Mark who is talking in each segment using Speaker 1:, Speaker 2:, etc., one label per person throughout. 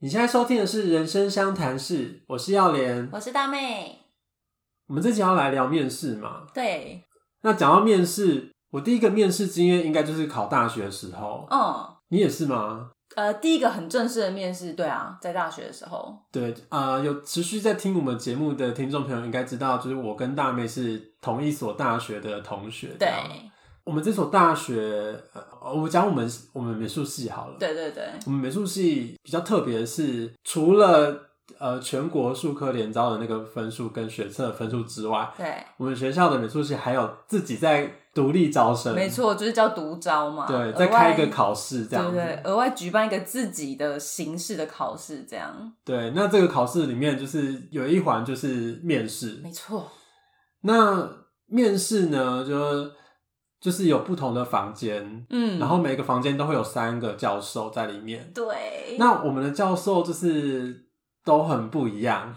Speaker 1: 你现在收听的是《人生相谈室》，我是耀莲。
Speaker 2: 我是大妹。
Speaker 1: 我们这集要来聊面试嘛？
Speaker 2: 对，
Speaker 1: 那讲到面试，我第一个面试经验应该就是考大学的时候。
Speaker 2: 嗯，
Speaker 1: 你也是吗？
Speaker 2: 呃，第一个很正式的面试，对啊，在大学的时候，
Speaker 1: 对，呃，有持续在听我们节目的听众朋友应该知道，就是我跟大妹是同一所大学的同学。这
Speaker 2: 对，
Speaker 1: 样我们这所大学，呃，我讲我们我们美术系好了。
Speaker 2: 对对对，
Speaker 1: 我们美术系比较特别的是，除了呃全国数科联招的那个分数跟学测的分数之外，
Speaker 2: 对，
Speaker 1: 我们学校的美术系还有自己在独立招生，
Speaker 2: 没，错，就是叫独招嘛，
Speaker 1: 对，
Speaker 2: 额
Speaker 1: 再开一个
Speaker 2: 外，
Speaker 1: 考试这
Speaker 2: 对
Speaker 1: 样
Speaker 2: 对
Speaker 1: 子。
Speaker 2: 对，额外举办一个自己的形式的考试，这样，
Speaker 1: 对那这个考试里面就是有一环就是面试，
Speaker 2: 没错，
Speaker 1: 那面试呢就就是有不同的房间，
Speaker 2: 嗯，
Speaker 1: 然后每个房间都会有三个教授在里面。
Speaker 2: 对，
Speaker 1: 那我们的教授就是都很不一样，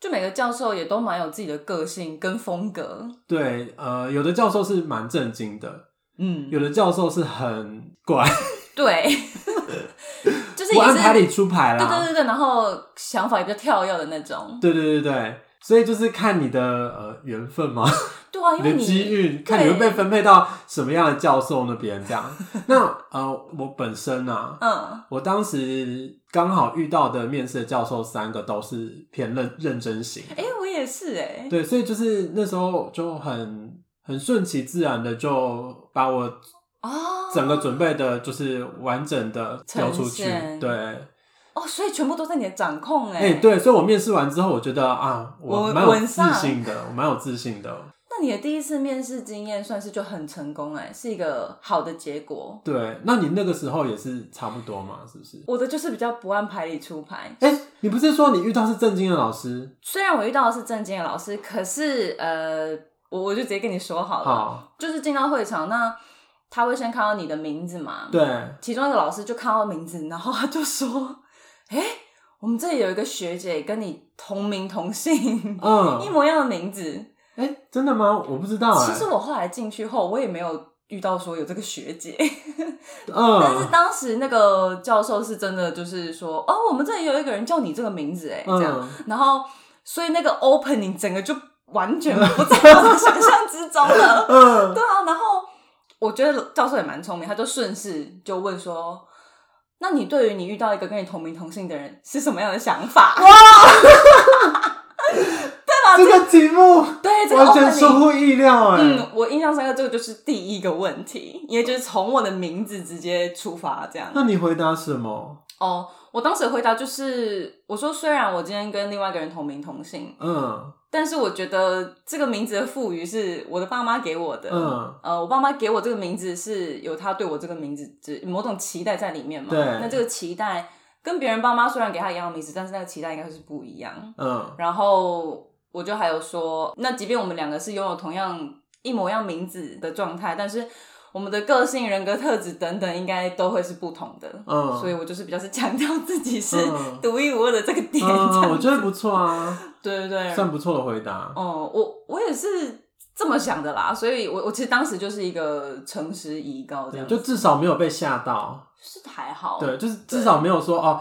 Speaker 2: 就每个教授也都蛮有自己的个性跟风格，
Speaker 1: 对，呃，有的教授是蛮正经的，
Speaker 2: 嗯，
Speaker 1: 有的教授是很 乖，
Speaker 2: 对， 就是
Speaker 1: 不
Speaker 2: 也
Speaker 1: 按
Speaker 2: 是
Speaker 1: 牌理出啊牌
Speaker 2: 对
Speaker 1: 啦
Speaker 2: 对。对对，然后想法也比较跳跃的那种，
Speaker 1: 对对对对，所以就是看你的呃缘分嘛，
Speaker 2: 对啊，因
Speaker 1: 你
Speaker 2: 为
Speaker 1: 的
Speaker 2: 你
Speaker 1: 机遇，看你会被
Speaker 2: 对
Speaker 1: 分配到什么样的教授那边这样。那呃，我本身啊，
Speaker 2: 嗯，
Speaker 1: 我当时刚好遇到的面试的教授三个都是偏认认真型的，
Speaker 2: 哎，我也是哎，
Speaker 1: 对，所以就是那时候就很很顺其自然的就把我
Speaker 2: 哦，
Speaker 1: 整个准备的就是完整的交出去
Speaker 2: 呈现，
Speaker 1: 对，
Speaker 2: 哦，所以全部都在你的掌控哎、
Speaker 1: 哎、对，所以我面试完之后，我觉得啊，
Speaker 2: 我
Speaker 1: 蛮有
Speaker 2: 稳
Speaker 1: 自
Speaker 2: 上
Speaker 1: 信的，我蛮有自信的，
Speaker 2: 那你的第一次面试经验算是就很成功哎、是一个好的结果。
Speaker 1: 对，那你那个时候也是差不多嘛，是不是？
Speaker 2: 我的就是比较不按牌理出牌，
Speaker 1: 哎、你不是说你遇到是正经的老师？
Speaker 2: 虽然我遇到的是正经的老师，可是呃，我我就直接跟你说好了，
Speaker 1: 好，
Speaker 2: 就是进到会场，那他会先看到你的名字嘛，
Speaker 1: 对，
Speaker 2: 其中一个老师就看到名字，然后他就说，哎、我们这里有一个学姐跟你同名同姓，一
Speaker 1: 嗯，
Speaker 2: 模一样的名字，
Speaker 1: 哎、真的吗？我不知道、哎，
Speaker 2: 其实我后来进去后，我也没有遇到说有这个学姐， 但是
Speaker 1: 嗯，
Speaker 2: 当时那个教授是真的就是说，哦，我们这里有一个人叫你这个名字，哎，这样，
Speaker 1: 嗯，
Speaker 2: 然后所以那个 opening 整个就完全不在我的想象之 中了，
Speaker 1: 嗯，
Speaker 2: 对啊，然后我觉得教授也蛮聪明，他就顺势就问说。那你对于你遇到一个跟你同名同姓的人是什么样的想法？
Speaker 1: 这个题目
Speaker 2: 啊对，这个
Speaker 1: 完全
Speaker 2: opening
Speaker 1: 出乎意料、哎、
Speaker 2: 嗯，我印象深刻，这个就是第一个问题，也就是从我的名字直接出发这样。
Speaker 1: 那你回答什么？
Speaker 2: 哦，我当时的回答就是，我说虽然我今天跟另外一个人同名同姓，
Speaker 1: 嗯
Speaker 2: 但是我觉得这个名字的赋予是我的爸妈给我的。
Speaker 1: 嗯，
Speaker 2: 呃，我爸妈给我这个名字是有他对我这个名字之某种期待在里面嘛？
Speaker 1: 对
Speaker 2: 那这个期待跟别人爸妈虽然给他一样的名字，但是那个期待应该是不一样。
Speaker 1: 嗯，
Speaker 2: 然后我就还有说，那即便我们两个是拥有同样一模一样名字的状态，但是我们的个性、人格特质等等，应该都会是不同的。
Speaker 1: 嗯
Speaker 2: 所以我就是比较是强调自己是
Speaker 1: 嗯
Speaker 2: 独一无二的这个点。这
Speaker 1: 嗯，
Speaker 2: 样
Speaker 1: 我觉得不错啊，
Speaker 2: 对对对，
Speaker 1: 算不错的回答。
Speaker 2: 哦、我我也是这么想的啦，所以我我其实当时就是一个诚实以高这样
Speaker 1: 就
Speaker 2: 子，
Speaker 1: 至少没有被吓到，
Speaker 2: 是还好。
Speaker 1: 对，就是至少没有说哦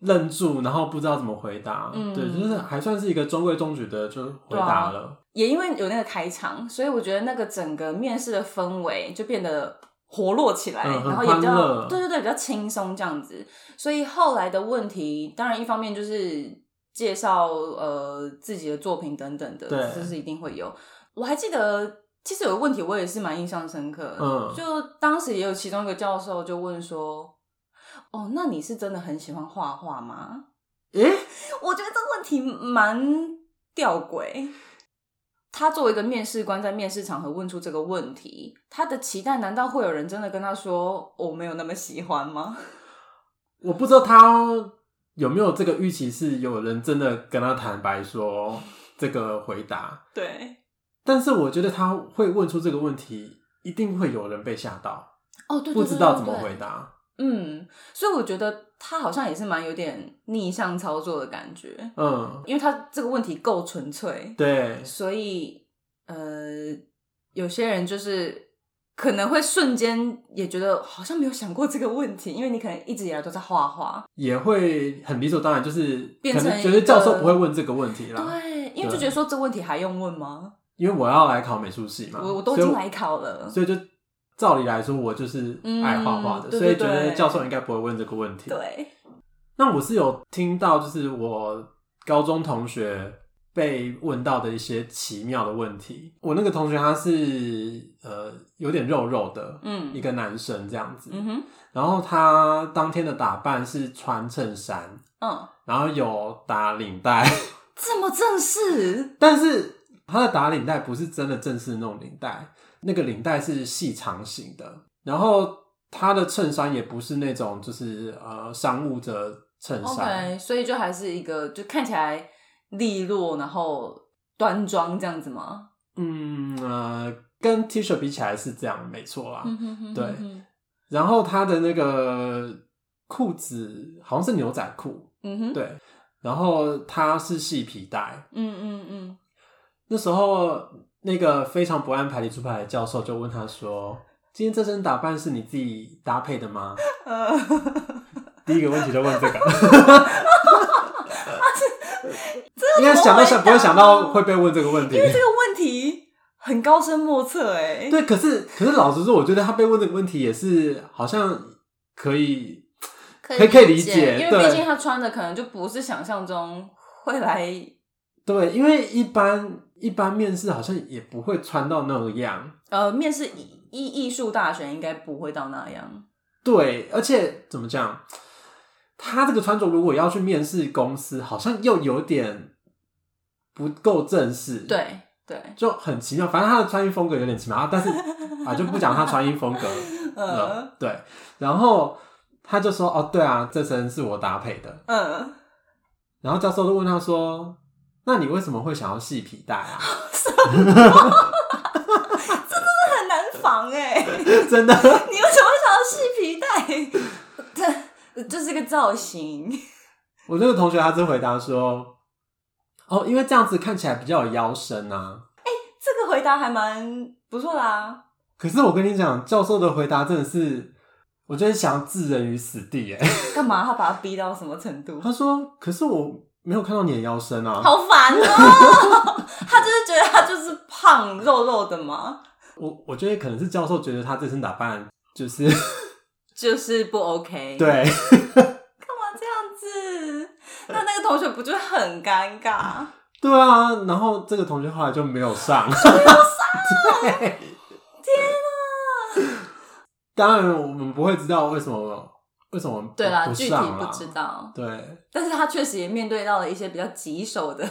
Speaker 1: 愣住，然后不知道怎么回答，
Speaker 2: 嗯啊
Speaker 1: 对，就是还算是一个中规中矩的就回答了，
Speaker 2: 也因为有那个开场，所以我觉得那个整个面试的氛围就变得活络起来，
Speaker 1: 嗯很
Speaker 2: 然后也比
Speaker 1: 欢
Speaker 2: 较
Speaker 1: 乐
Speaker 2: 对对对，比较轻松这样子。所以后来的问题，当然一方面就是介绍呃自己的作品等等的，
Speaker 1: 对
Speaker 2: 这是一定会有。我还记得，其实有个问题我也是蛮印象深刻的，
Speaker 1: 嗯
Speaker 2: 就当时也有其中一个教授就问说。哦，那你是真的很喜欢画画吗？
Speaker 1: 诶、
Speaker 2: 我觉得这个问题蛮吊诡。他作为一个面试官，在面试场合问出这个问题，他的期待难道会有人真的跟他说“我没有那么喜欢”吗？
Speaker 1: 我不知道他有没有这个预期是有人真的跟他坦白说这个回答，
Speaker 2: 对，
Speaker 1: 但是我觉得他会问出这个问题，一定会有人被吓到，
Speaker 2: 哦，对对对
Speaker 1: 不知道怎么。
Speaker 2: 对
Speaker 1: 回
Speaker 2: 对
Speaker 1: 答。
Speaker 2: 嗯，所以我觉得他好像也是蛮有点逆向操作的感觉，
Speaker 1: 嗯，
Speaker 2: 因为他这个问题够纯粹，
Speaker 1: 对，
Speaker 2: 所以呃，有些人就是可能会瞬间也觉得好像没有想过这个问题，因为你可能一直以来都在画画，
Speaker 1: 也会很理所当然，就是
Speaker 2: 变
Speaker 1: 可能
Speaker 2: 成
Speaker 1: 觉
Speaker 2: 一
Speaker 1: 得
Speaker 2: 个
Speaker 1: 教授不会问这个问题啦，
Speaker 2: 对，因为
Speaker 1: 啊
Speaker 2: 就觉得说这问题还用问吗？
Speaker 1: 因为我要来考美术系嘛，
Speaker 2: 我我都已
Speaker 1: 啊所以
Speaker 2: 经来考了，
Speaker 1: 所以就照理来说，我就是爱画画的，
Speaker 2: 嗯对
Speaker 1: 所以
Speaker 2: 对
Speaker 1: 觉得
Speaker 2: 对
Speaker 1: 教授应该不会问这个问题。
Speaker 2: 对，
Speaker 1: 那我是有听到，就是我高中同学被问到的一些奇妙的问题。我那个同学他是呃有点肉肉的一
Speaker 2: 嗯
Speaker 1: 个男生这样子，
Speaker 2: 嗯哼，
Speaker 1: 然后他当天的打扮是穿衬衫，
Speaker 2: 嗯，
Speaker 1: 然后有打领带，
Speaker 2: 这么正式，
Speaker 1: 但是他的打领带不是真的正式那种领带，那个领带是细长型的，然后他的衬衫也不是那种就是呃商务的衬衫
Speaker 2: OK，所以就还是一个就看起来利落，然后端庄这样子吗？
Speaker 1: 嗯呃，跟 T 恤比起来是这样，没错啦。
Speaker 2: 嗯哼哼哼
Speaker 1: 啊对
Speaker 2: 哼
Speaker 1: 然后他的那个裤子好像是牛仔裤，
Speaker 2: 嗯哼，
Speaker 1: 对，然后他是系皮带。
Speaker 2: 嗯嗯嗯，
Speaker 1: 那时候那个非常不按牌理出牌的教授就问他说：“今天这身打扮是你自己搭配的吗？”
Speaker 2: 呃。
Speaker 1: 第一个问题就问 这个，应该想都想不会想到会被问这个问题
Speaker 2: 因。为这个问题很高深莫测哎、
Speaker 1: 对，可是可是老实说，我觉得他被问这个问题也是好像可以，
Speaker 2: 可
Speaker 1: 可以可以理解
Speaker 2: 因为
Speaker 1: 对
Speaker 2: 毕竟他穿的可能就不是想象中会来，
Speaker 1: 对，因为一般一般面试好像也不会穿到那样。
Speaker 2: 呃，面试艺艺艺术大学应该不会到那样，
Speaker 1: 对，而且怎么讲，他这个穿着如果要去面试公司，好像又有点不够正式。。
Speaker 2: 对对，
Speaker 1: 就很奇妙，反正他的穿衣风格有点奇妙，啊但是啊就不讲他穿衣风格，
Speaker 2: 呃
Speaker 1: 嗯，对，然后他就说：“哦，对啊，这身是我搭配的。
Speaker 2: 嗯，”
Speaker 1: 然后教授就问他说：“那你为什么会想要系皮带啊
Speaker 2: 很难防哎、 你？”
Speaker 1: 真的，
Speaker 2: 为什么会想要系皮带？这 就是个造型，
Speaker 1: 我那个同学他就回答说：“哦，因为这样子看起来比较有腰身啊。
Speaker 2: 这个回答还蛮不错啦。”
Speaker 1: 可是我跟你讲，教授的回答真的是，我真的想要置人于死地耶。
Speaker 2: 干嘛？他把他逼到什么程度？
Speaker 1: 他说：“可是我没有看到你的腰身啊。”
Speaker 2: 好烦哦！ 他就是觉得他就是胖肉肉的嘛，
Speaker 1: 我我觉得可能是教授觉得他这身打扮就是
Speaker 2: 嗯就是不 OK。，
Speaker 1: 对，
Speaker 2: 干嘛这样子？那那个同学不就很尴 尬？
Speaker 1: 对啊，然后这个同学后来就没有上， 对，
Speaker 2: 天啊！
Speaker 1: 当然我们不会知道为什么为什么不
Speaker 2: 对啦，
Speaker 1: 不
Speaker 2: 具体
Speaker 1: 上
Speaker 2: 不
Speaker 1: 啦，
Speaker 2: 知道，
Speaker 1: 对，
Speaker 2: 但是他确实也面对到了一些比较棘手的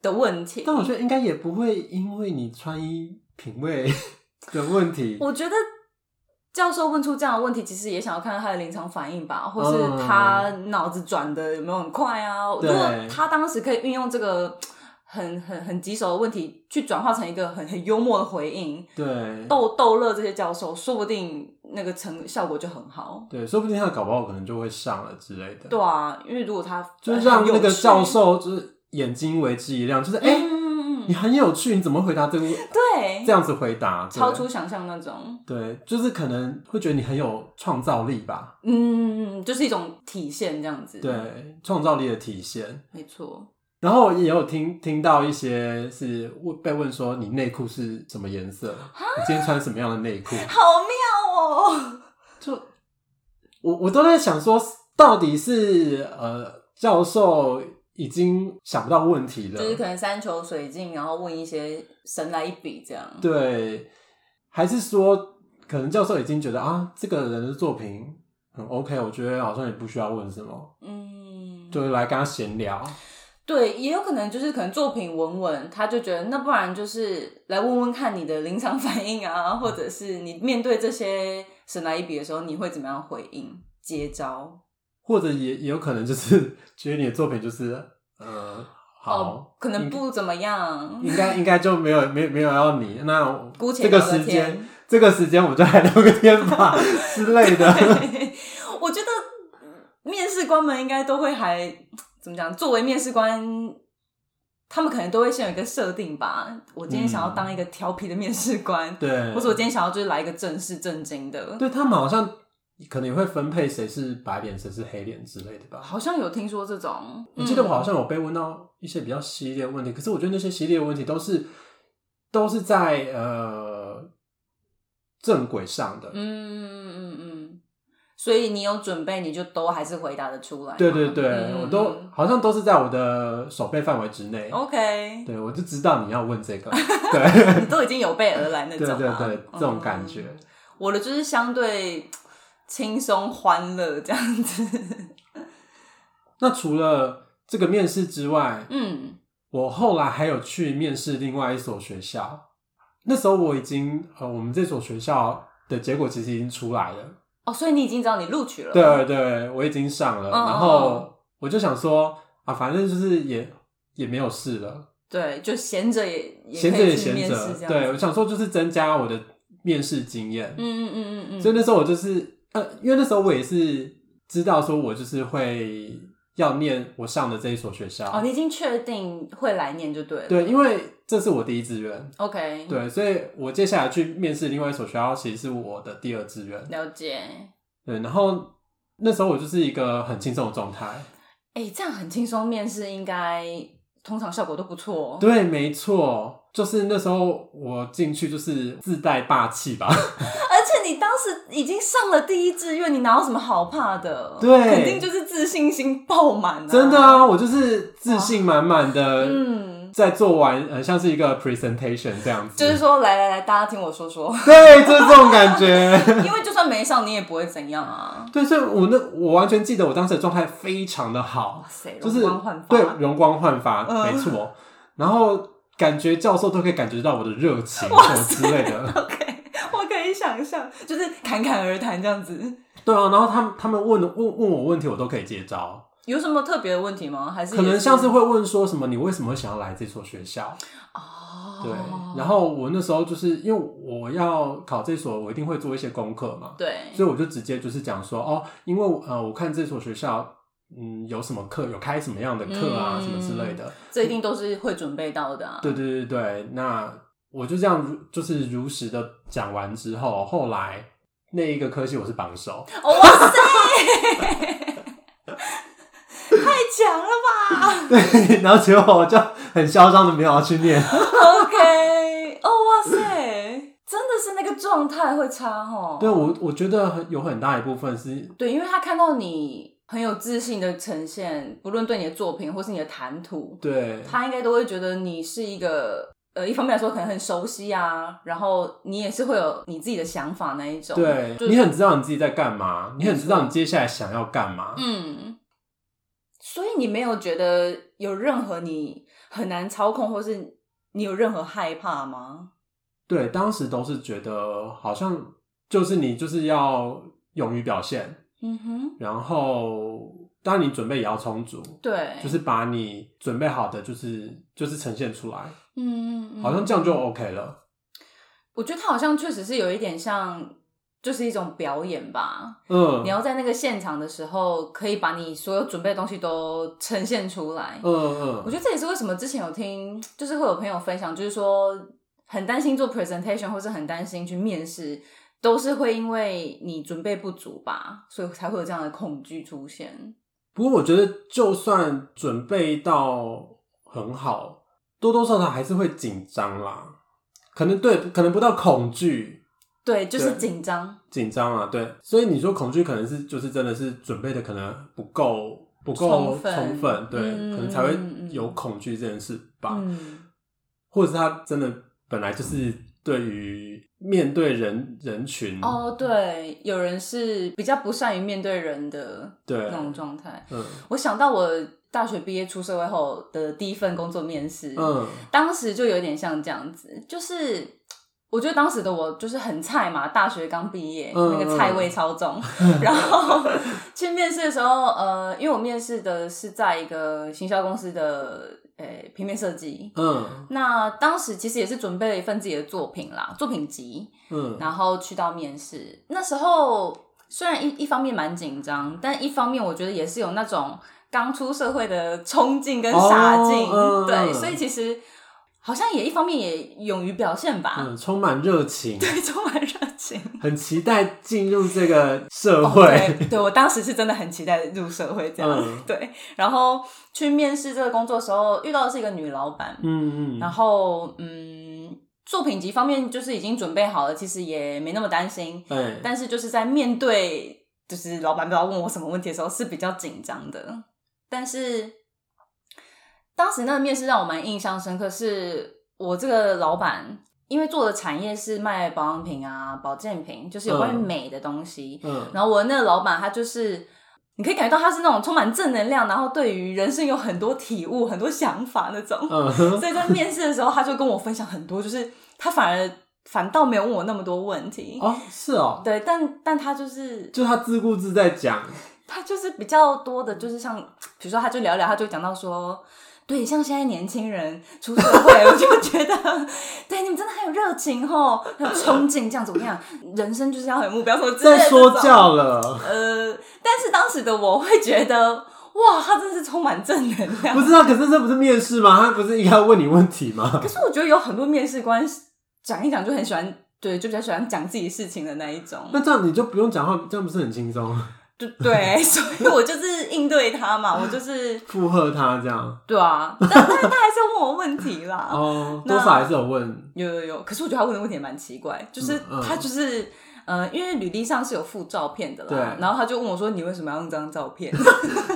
Speaker 2: 的问题。
Speaker 1: 但我觉得应该也不会因为你穿衣品 味的问题，
Speaker 2: 我觉得教授问出这样的问题，其实也想要看看他的临场反应吧，或
Speaker 1: 嗯
Speaker 2: 是他脑子转的有没有很快啊？如
Speaker 1: 对
Speaker 2: 果他当时可以运用这个很很很棘手的问题，去转化成一个很很幽默的回应，
Speaker 1: 对
Speaker 2: 逗逗乐这些教授，说不定那个成效果就很好。
Speaker 1: 对，说不定他搞不好可能就会上了之类的，
Speaker 2: 对啊，因为如果他
Speaker 1: 就是让那个教，
Speaker 2: 很有趣
Speaker 1: 授就是眼睛为之一亮，就是哎、
Speaker 2: 嗯嗯嗯
Speaker 1: 你
Speaker 2: 嗯，
Speaker 1: 很有趣，你怎么回答这个
Speaker 2: 对，
Speaker 1: 这样子回答，对
Speaker 2: 哎超出想象那种，
Speaker 1: 对，就是可能会觉得你很有创造力吧，
Speaker 2: 嗯，就是一种体现这样子。，
Speaker 1: 对，创造力的体现。
Speaker 2: 没错，
Speaker 1: 然后也有听听到一些是问被问说你内裤是什么颜色，
Speaker 2: 啊
Speaker 1: 你今天穿什么样的内裤？
Speaker 2: 好妙哦。
Speaker 1: 就我我都在想说，到底是呃教授已经想不到问题了，
Speaker 2: 就是可能山穷水尽，然后问一些神来一笔这样。
Speaker 1: 对，还是说可能教授已经觉得啊这个人的作品很 OK，我觉得好像也不需要问什么，
Speaker 2: 嗯，
Speaker 1: 就是来跟他闲聊。
Speaker 2: 对，也有可能就是可能作品稳稳，他就觉得那不然就是来问问看你的临场 反应啊，或者是你面对这些神来一笔的时候，你会怎么样回应接招？
Speaker 1: 或者也也有可能就是 觉得你的作品就是呃好，
Speaker 2: 哦
Speaker 1: 嗯
Speaker 2: 可能不怎么样，
Speaker 1: 应该应该就没有没有没有要你那我
Speaker 2: 姑且
Speaker 1: 这个
Speaker 2: 聊个
Speaker 1: 时间
Speaker 2: 天
Speaker 1: 这个时间我们就来聊个天 吧之类的。
Speaker 2: 我觉得面试官们应该都会还怎么讲？作为面试官，他们可能都会先有一个设定吧。我今天想要当一个调皮的面试官，
Speaker 1: 嗯对，
Speaker 2: 或者我今天想要就是来一个正式正经的。
Speaker 1: 对他们好像可能也会分配谁是白脸谁是黑脸之类的吧。
Speaker 2: 好嗯像有听说这种，
Speaker 1: 我记得我好像有被问到一些比较犀利的问题，可是我觉得那些犀利的问题都是都是在呃正轨上的。
Speaker 2: 嗯嗯嗯嗯，所以你有准备，你就都还是回答得出来嘛。
Speaker 1: 对对对，
Speaker 2: 嗯嗯
Speaker 1: 我都好像都是在我的手背范围之内。
Speaker 2: 哦 OK，
Speaker 1: 对，我就知道你要问这 个，对
Speaker 2: 你都已经有备而来那
Speaker 1: 对
Speaker 2: 种、啊，
Speaker 1: 对对，这种感觉。
Speaker 2: 嗯我的就是相对轻松欢乐这样子。
Speaker 1: 那除了这个面试之外，
Speaker 2: 嗯，
Speaker 1: 我后来还有去面试另外一所学校。那时候我已经呃，我们这所学校的结果其实已经出来了，
Speaker 2: 哦，所以你已经知道你录取了。
Speaker 1: 对啊对，我已经上了，
Speaker 2: 嗯
Speaker 1: 然后我就想说啊，反正就是也也没有事了，
Speaker 2: 对，就闲着也也
Speaker 1: 闲
Speaker 2: 可
Speaker 1: 着
Speaker 2: 以
Speaker 1: 也
Speaker 2: 去
Speaker 1: 闲
Speaker 2: 面试
Speaker 1: 着
Speaker 2: 这，样
Speaker 1: 对
Speaker 2: 子
Speaker 1: 我想说就是增加我的面试经验，
Speaker 2: 嗯嗯嗯嗯
Speaker 1: 所
Speaker 2: 嗯，
Speaker 1: 以那时候我就是呃，因为那时候我也是知道说我就是会要念我上的这一所学校，
Speaker 2: 哦，你已经确定会来念就对了。
Speaker 1: 对，因为这是我第一志愿，
Speaker 2: ，OK，，
Speaker 1: 对，所以我接下来去面试另外一所学校，其实是我的第二志愿，
Speaker 2: 了解。
Speaker 1: 对，然后那时候我就是一个很轻松的状态，
Speaker 2: 哎、这样很轻松面试，应该通常效果都不错、哦。
Speaker 1: 对，没错，就是那时候我进去就是自带霸气吧，
Speaker 2: 哦而且你当时已经上了第一志愿，你哪有什么好怕的？
Speaker 1: 对
Speaker 2: 肯定就是自信心爆满、啊。
Speaker 1: 真的，啊，我就是自信满满的。
Speaker 2: 嗯，
Speaker 1: 在做完，呃，像是一个 presentation 这样子，
Speaker 2: 就是说，来来来，大家听我说说，
Speaker 1: 对，就是这种感觉。
Speaker 2: 因为就算没上，你也不会怎样啊。
Speaker 1: 对，所以我那我完全记得我当时的状态非常的好
Speaker 2: 哇，塞，
Speaker 1: 就是
Speaker 2: 容光焕发。
Speaker 1: 对容光焕发，
Speaker 2: 嗯
Speaker 1: 没错。然后感觉教授都可以感觉到我的热情什么之类的。
Speaker 2: ，OK，我 可以想象，就是侃侃而谈这样子。
Speaker 1: 对啊，然后他们他们问问问我问题，我都可以接招。
Speaker 2: 有什么特别的问题吗？还是
Speaker 1: 可
Speaker 2: 也
Speaker 1: 能像是会问说什么，你为什么会想要来这所学校？
Speaker 2: 哦，
Speaker 1: 对，然后我那时候就是因为我要考这所，我一定会做一些功课嘛。
Speaker 2: 对，
Speaker 1: 所以我就直接就是讲说哦，因为呃，我看这所学校，嗯，有什么课，有开什么样的课啊，
Speaker 2: 嗯
Speaker 1: 什么之类的。
Speaker 2: 这一定都是会准备到的、啊。
Speaker 1: 对对对对，那我就这样如就是如实的讲完之后，后来那一个科系我是榜 首，
Speaker 2: 哦，哇塞， 太强了吧
Speaker 1: 对，然后结果我就很嚣张的没有要去念，
Speaker 2: ？OK，哦，哇塞，真的是那个状态会差哦。
Speaker 1: 对我我觉得很有很大一部分是
Speaker 2: 对，因为他看到你很有自信的呈现，不论对你的作品或是你的谈吐，
Speaker 1: 对
Speaker 2: 他应该都会觉得你是一个。呃，一方面来说可能很熟悉啊，然后你也是会有你自己的想法那一种，
Speaker 1: 对，
Speaker 2: 就
Speaker 1: 你很知道你自己在干嘛，你很知道你接下来想要干嘛，
Speaker 2: 嗯，所以你没有觉得有任何你很难操控，或是你有任何害怕吗？
Speaker 1: 对，当时都是觉得好像就是你就是要勇于表现，
Speaker 2: 嗯哼，
Speaker 1: 然后当然你准备也要充足，
Speaker 2: 对，
Speaker 1: 就是把你准备好的就是就是呈现出来，
Speaker 2: 嗯嗯嗯，
Speaker 1: 好像这样就 OK 了。
Speaker 2: 我觉得他好像确实是有一点像，就是一种表演吧。
Speaker 1: 嗯，
Speaker 2: 你要在那个现场的时候，可以把你所有准备的东西都呈现出来。
Speaker 1: 嗯
Speaker 2: 我
Speaker 1: 嗯，
Speaker 2: 觉得这也是为什么之前有听，就是会有朋友分享，就是说很担心做 presentation 或是很担心去面试，都是会因为你准备不足吧，所以才会有这样的恐惧出现。
Speaker 1: 不过我觉得就算准备到很好，多多少少还是会紧张啦。可能对，可能不到恐惧，
Speaker 2: 对，就是
Speaker 1: 对
Speaker 2: 紧张，
Speaker 1: 紧张啊，对。所以你说恐惧，可能是就是真的是准备的可能不够不够
Speaker 2: 充分
Speaker 1: 充分，对，
Speaker 2: 嗯
Speaker 1: 可能才会
Speaker 2: 嗯嗯
Speaker 1: 有恐惧这件事吧。
Speaker 2: 嗯，
Speaker 1: 或者是他真的本来就是对于面对人人群，
Speaker 2: 哦，对，有人是比较不善于面对人的
Speaker 1: 对
Speaker 2: 那，种状态。
Speaker 1: 嗯
Speaker 2: 我想到我大学毕业出社会后的第一份工作面试，
Speaker 1: 嗯
Speaker 2: 当时就有点像这样子，就是我觉得当时的我就是很菜嘛，大学刚毕业，
Speaker 1: 嗯
Speaker 2: 那个菜味 超重。然后去面试的时候，呃，因为我面试的是在一个行销公司的呃平面设计。
Speaker 1: 嗯
Speaker 2: 那当时其实也是准备了一份自己的作品啦，作品集，
Speaker 1: 嗯，
Speaker 2: 然后去到面试。那时候虽然一一方面蛮紧张，但一方面我觉得也是有那种刚出社会的冲劲跟傻劲，
Speaker 1: 哦嗯
Speaker 2: 对，
Speaker 1: 嗯
Speaker 2: 所以其实好像也一方面也勇于表现吧，
Speaker 1: 嗯，充满热情，
Speaker 2: 对，充满热情。
Speaker 1: 很期待进入这个社
Speaker 2: 哦
Speaker 1: 会。
Speaker 2: 对，对我当时是真的很期待入社会这样，
Speaker 1: 嗯
Speaker 2: 对。然后去面试这个工作的时候，遇到的是一个女老板，
Speaker 1: 嗯
Speaker 2: 哦然
Speaker 1: 嗯，
Speaker 2: 后嗯，作品集方面就是已经准备好了，其实也没那么担心，
Speaker 1: 对，
Speaker 2: 但是就是在面对就是老板不知道问我什么问题的时候是比较紧张的，但是当时那个面试让我蛮印象深刻，是我这个老板因为做的产业是卖保养品啊、保健品，就是有关于
Speaker 1: 嗯
Speaker 2: 美的东西，
Speaker 1: 嗯，
Speaker 2: 然后我那个老板他就是。你可以感觉到他是那种充满正能量，然后对于人生有很多体悟、很多想法那种。
Speaker 1: 嗯哼，
Speaker 2: 所以在面试的时候，他就跟我分享很多，就是他反而反倒没有问我那么多问题。
Speaker 1: 哦，是哦，
Speaker 2: 对，但但他就是
Speaker 1: 就他自顾自在讲，
Speaker 2: 他就是比较多的，就是像比如说，他就聊一聊，他就讲到说，对，像现在年轻人出社会，我就觉得， 对你们真的很有热情哦，很有冲劲，这样子。我跟你讲，人生就是要有目标，什么之类的
Speaker 1: 在说
Speaker 2: 这种
Speaker 1: 教了。
Speaker 2: 呃，但是当时的我会觉得，哇，他真是充满正能量
Speaker 1: 不。知道，可是这不是面试吗？他不是应该问你问题吗
Speaker 2: 可？是我觉得有很多面试官讲一讲就很喜欢，对，就比较喜欢讲自己事情的那一种，
Speaker 1: 那这样你就不用讲话，这样不是很轻松？
Speaker 2: 就对，所以我就是应对他嘛，我就是
Speaker 1: 附和他这样
Speaker 2: 对啊，但但是他还是要问我问题啦。
Speaker 1: 哦，
Speaker 2: 那
Speaker 1: 多少还是有问，
Speaker 2: 有有有，可是我觉得他问的问题也蛮奇怪，就是
Speaker 1: 嗯嗯
Speaker 2: 他就是。呃，因为履历上是有附照片的
Speaker 1: 对
Speaker 2: 啦，然后他就问我说：“你为什么要用这张照片？”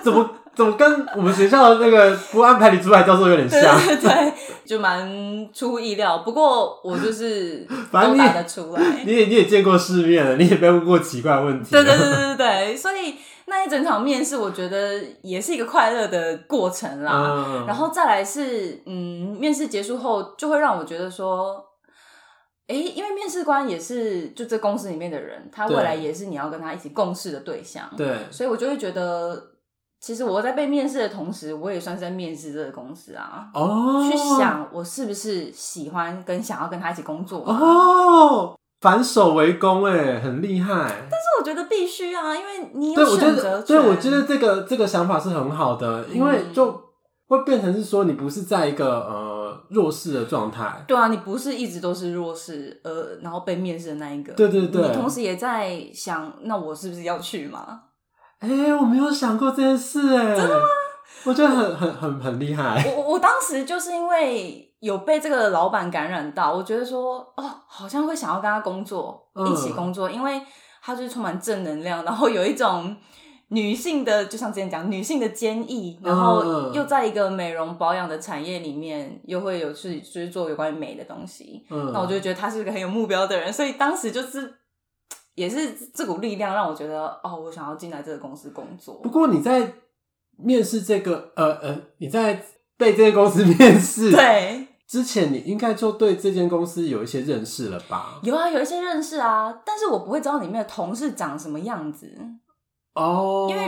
Speaker 1: 怎么怎么跟我们学校的那个不安排你出来教授有点
Speaker 2: 对
Speaker 1: 像？
Speaker 2: 对 对，就蛮出乎意料。不过我就是
Speaker 1: 反正
Speaker 2: 都
Speaker 1: 你
Speaker 2: 答得出来。
Speaker 1: 你也你也见过世面了，你也被问过奇怪问题。
Speaker 2: 对对对对对对，所以那一整场面试，我觉得也是一个快乐的过程啦。
Speaker 1: 嗯，
Speaker 2: 然后再来是，嗯，面试结束后就会让我觉得说，诶，因为面试官也是就这公司里面的人，他未
Speaker 1: 对
Speaker 2: 来也是你要跟他一起共事的对象，
Speaker 1: 对，
Speaker 2: 所以我就会觉得，其实我在被面试的同时，我也算是在面试这个公司啊。
Speaker 1: 哦，
Speaker 2: 去想我是不是喜欢跟想要跟他一起工作、啊，
Speaker 1: 哦，反手为攻哎，很厉害。
Speaker 2: 但是我觉得必须啊，因为你
Speaker 1: 对，
Speaker 2: 有
Speaker 1: 我觉
Speaker 2: 选择
Speaker 1: 得，
Speaker 2: 权。嗯
Speaker 1: 对我觉得这个这个想法是很好的，因为就会变成是说你不是在一个呃弱势的状态。
Speaker 2: 对啊，你不是一直都是弱势，呃，然后被面试的那一个，
Speaker 1: 对对对
Speaker 2: 你同时也在想，那我是不是要去嘛？
Speaker 1: 哎、我没有想过这件事哎，真的吗？我觉得很很很很厉害。
Speaker 2: 我我我当时就是因为有被这个老板感染到，我觉得说，哦，好像会想要跟他工作，
Speaker 1: 嗯
Speaker 2: 一起工作，因为他就是充满正能量，然后有一种。女性的，就像之前讲，女性的坚毅，然后
Speaker 1: 嗯
Speaker 2: 又在一个美容保养的产业里面，又会有去就是做有关于美的东西，
Speaker 1: 嗯，
Speaker 2: 那我就觉得他是一个很有目标的人，所以当时就是也是这股力量让我觉得，哦，我想要进来这个公司工作
Speaker 1: 不。过你在面试这个呃呃，你在被这个公司面试，
Speaker 2: 对，
Speaker 1: 之前你应该就对这间公司有一些认识了吧？
Speaker 2: 有啊，有一些认识啊，但是我不会知道里面的同事长什么样子，
Speaker 1: 哦，
Speaker 2: 因为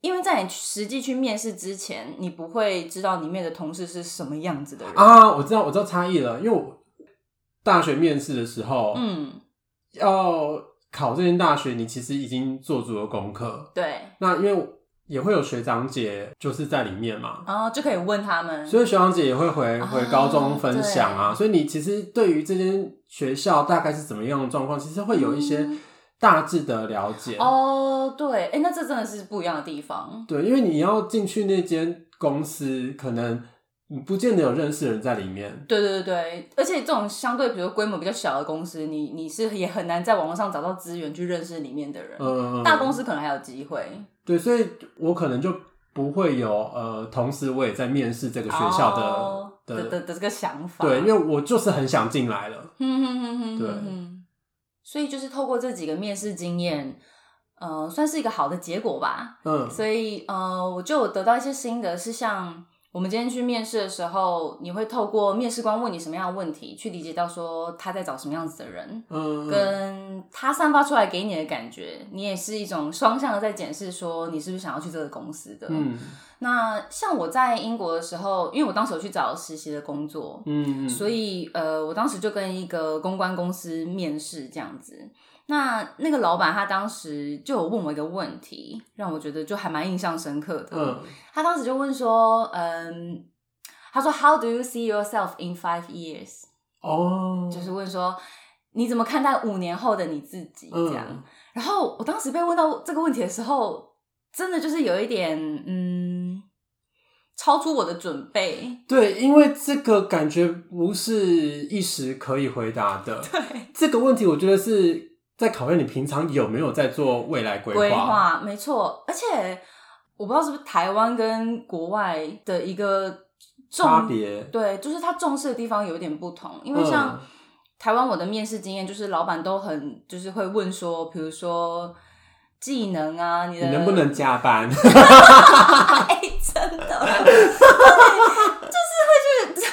Speaker 2: 因为在你实际去面试之前，你不会知道里面的同事是什么样子的人。
Speaker 1: 啊，我知道，我知道差异了，因为我大学面试的时候，
Speaker 2: 嗯，
Speaker 1: 要考这间大学，你其实已经做足了功课。
Speaker 2: 对，
Speaker 1: 那因为也会有学长姐就是在里面嘛，
Speaker 2: 然后就可以问他们。
Speaker 1: 所以学长姐也会回
Speaker 2: 嗯啊
Speaker 1: 回高中分享啊，所以你其实对于这间学校大概是怎么样的状况，其实会有一些
Speaker 2: 嗯
Speaker 1: 大致的了解。
Speaker 2: 哦，对，哎、那这真的是不一样的地方。
Speaker 1: 对，因为你要进去那间公司，可能你不见得有认识的人在里面。
Speaker 2: 对对对对，而且这种相对比如说规模比较小的公司，你你是也很难在网络上找到资源去认识里面的人。
Speaker 1: 嗯，
Speaker 2: 大公司可能还有机会，
Speaker 1: 对，所以我可能就不会有呃，同时我也在面试这个学校的、
Speaker 2: 哦的
Speaker 1: 的
Speaker 2: 的的这个想法。
Speaker 1: 对，因为我就是很想进来了。
Speaker 2: 哼嗯哼哼哼
Speaker 1: 对
Speaker 2: 哼哼，所以就是透过这几个面试经验，呃，算是一个好的结果吧。
Speaker 1: 嗯
Speaker 2: 所以呃，我就有得到一些心得，是像我们今天去面试的时候，你会透过面试官问你什么样的问题，去理解到说他在找什么样子的人。
Speaker 1: 嗯，
Speaker 2: 跟他散发出来给你的感觉，你也是一种双向的在检视，说你是不是想要去这个公司的。，
Speaker 1: 嗯
Speaker 2: 那像我在英国的时候，因为我当时有去找实习的工作，
Speaker 1: 嗯，
Speaker 2: 所
Speaker 1: 以
Speaker 2: 以呃，我当时就跟一个公关公司面试这样子。那那个老板他当时就有问我一个问题，让我觉得就还蛮印象深刻的。
Speaker 1: 嗯
Speaker 2: 他当时就问说，嗯，他说 How do you see yourself in five years？
Speaker 1: 哦，
Speaker 2: 就是问说你怎么看待五年后的你自己这样。
Speaker 1: 嗯
Speaker 2: 然后我当时被问到这个问题的时候，真的就是有一点嗯，超出我的准备。
Speaker 1: 对，因为这个感觉不是一时可以回答的。
Speaker 2: 对，
Speaker 1: 这个问题，我觉得是在考验你平常有没有在做未来规
Speaker 2: 规划没错，而且我不知道是不是台湾跟国外的一个
Speaker 1: 差
Speaker 2: 重
Speaker 1: 别。
Speaker 2: 对，就是他重视的地方有点不同，因为像
Speaker 1: 嗯
Speaker 2: 台湾我的面试经验，就是老板都很就是会问说，比如说技能啊，你
Speaker 1: 你
Speaker 2: 的
Speaker 1: 能不能加班？
Speaker 2: 哎、真的，对就是会去，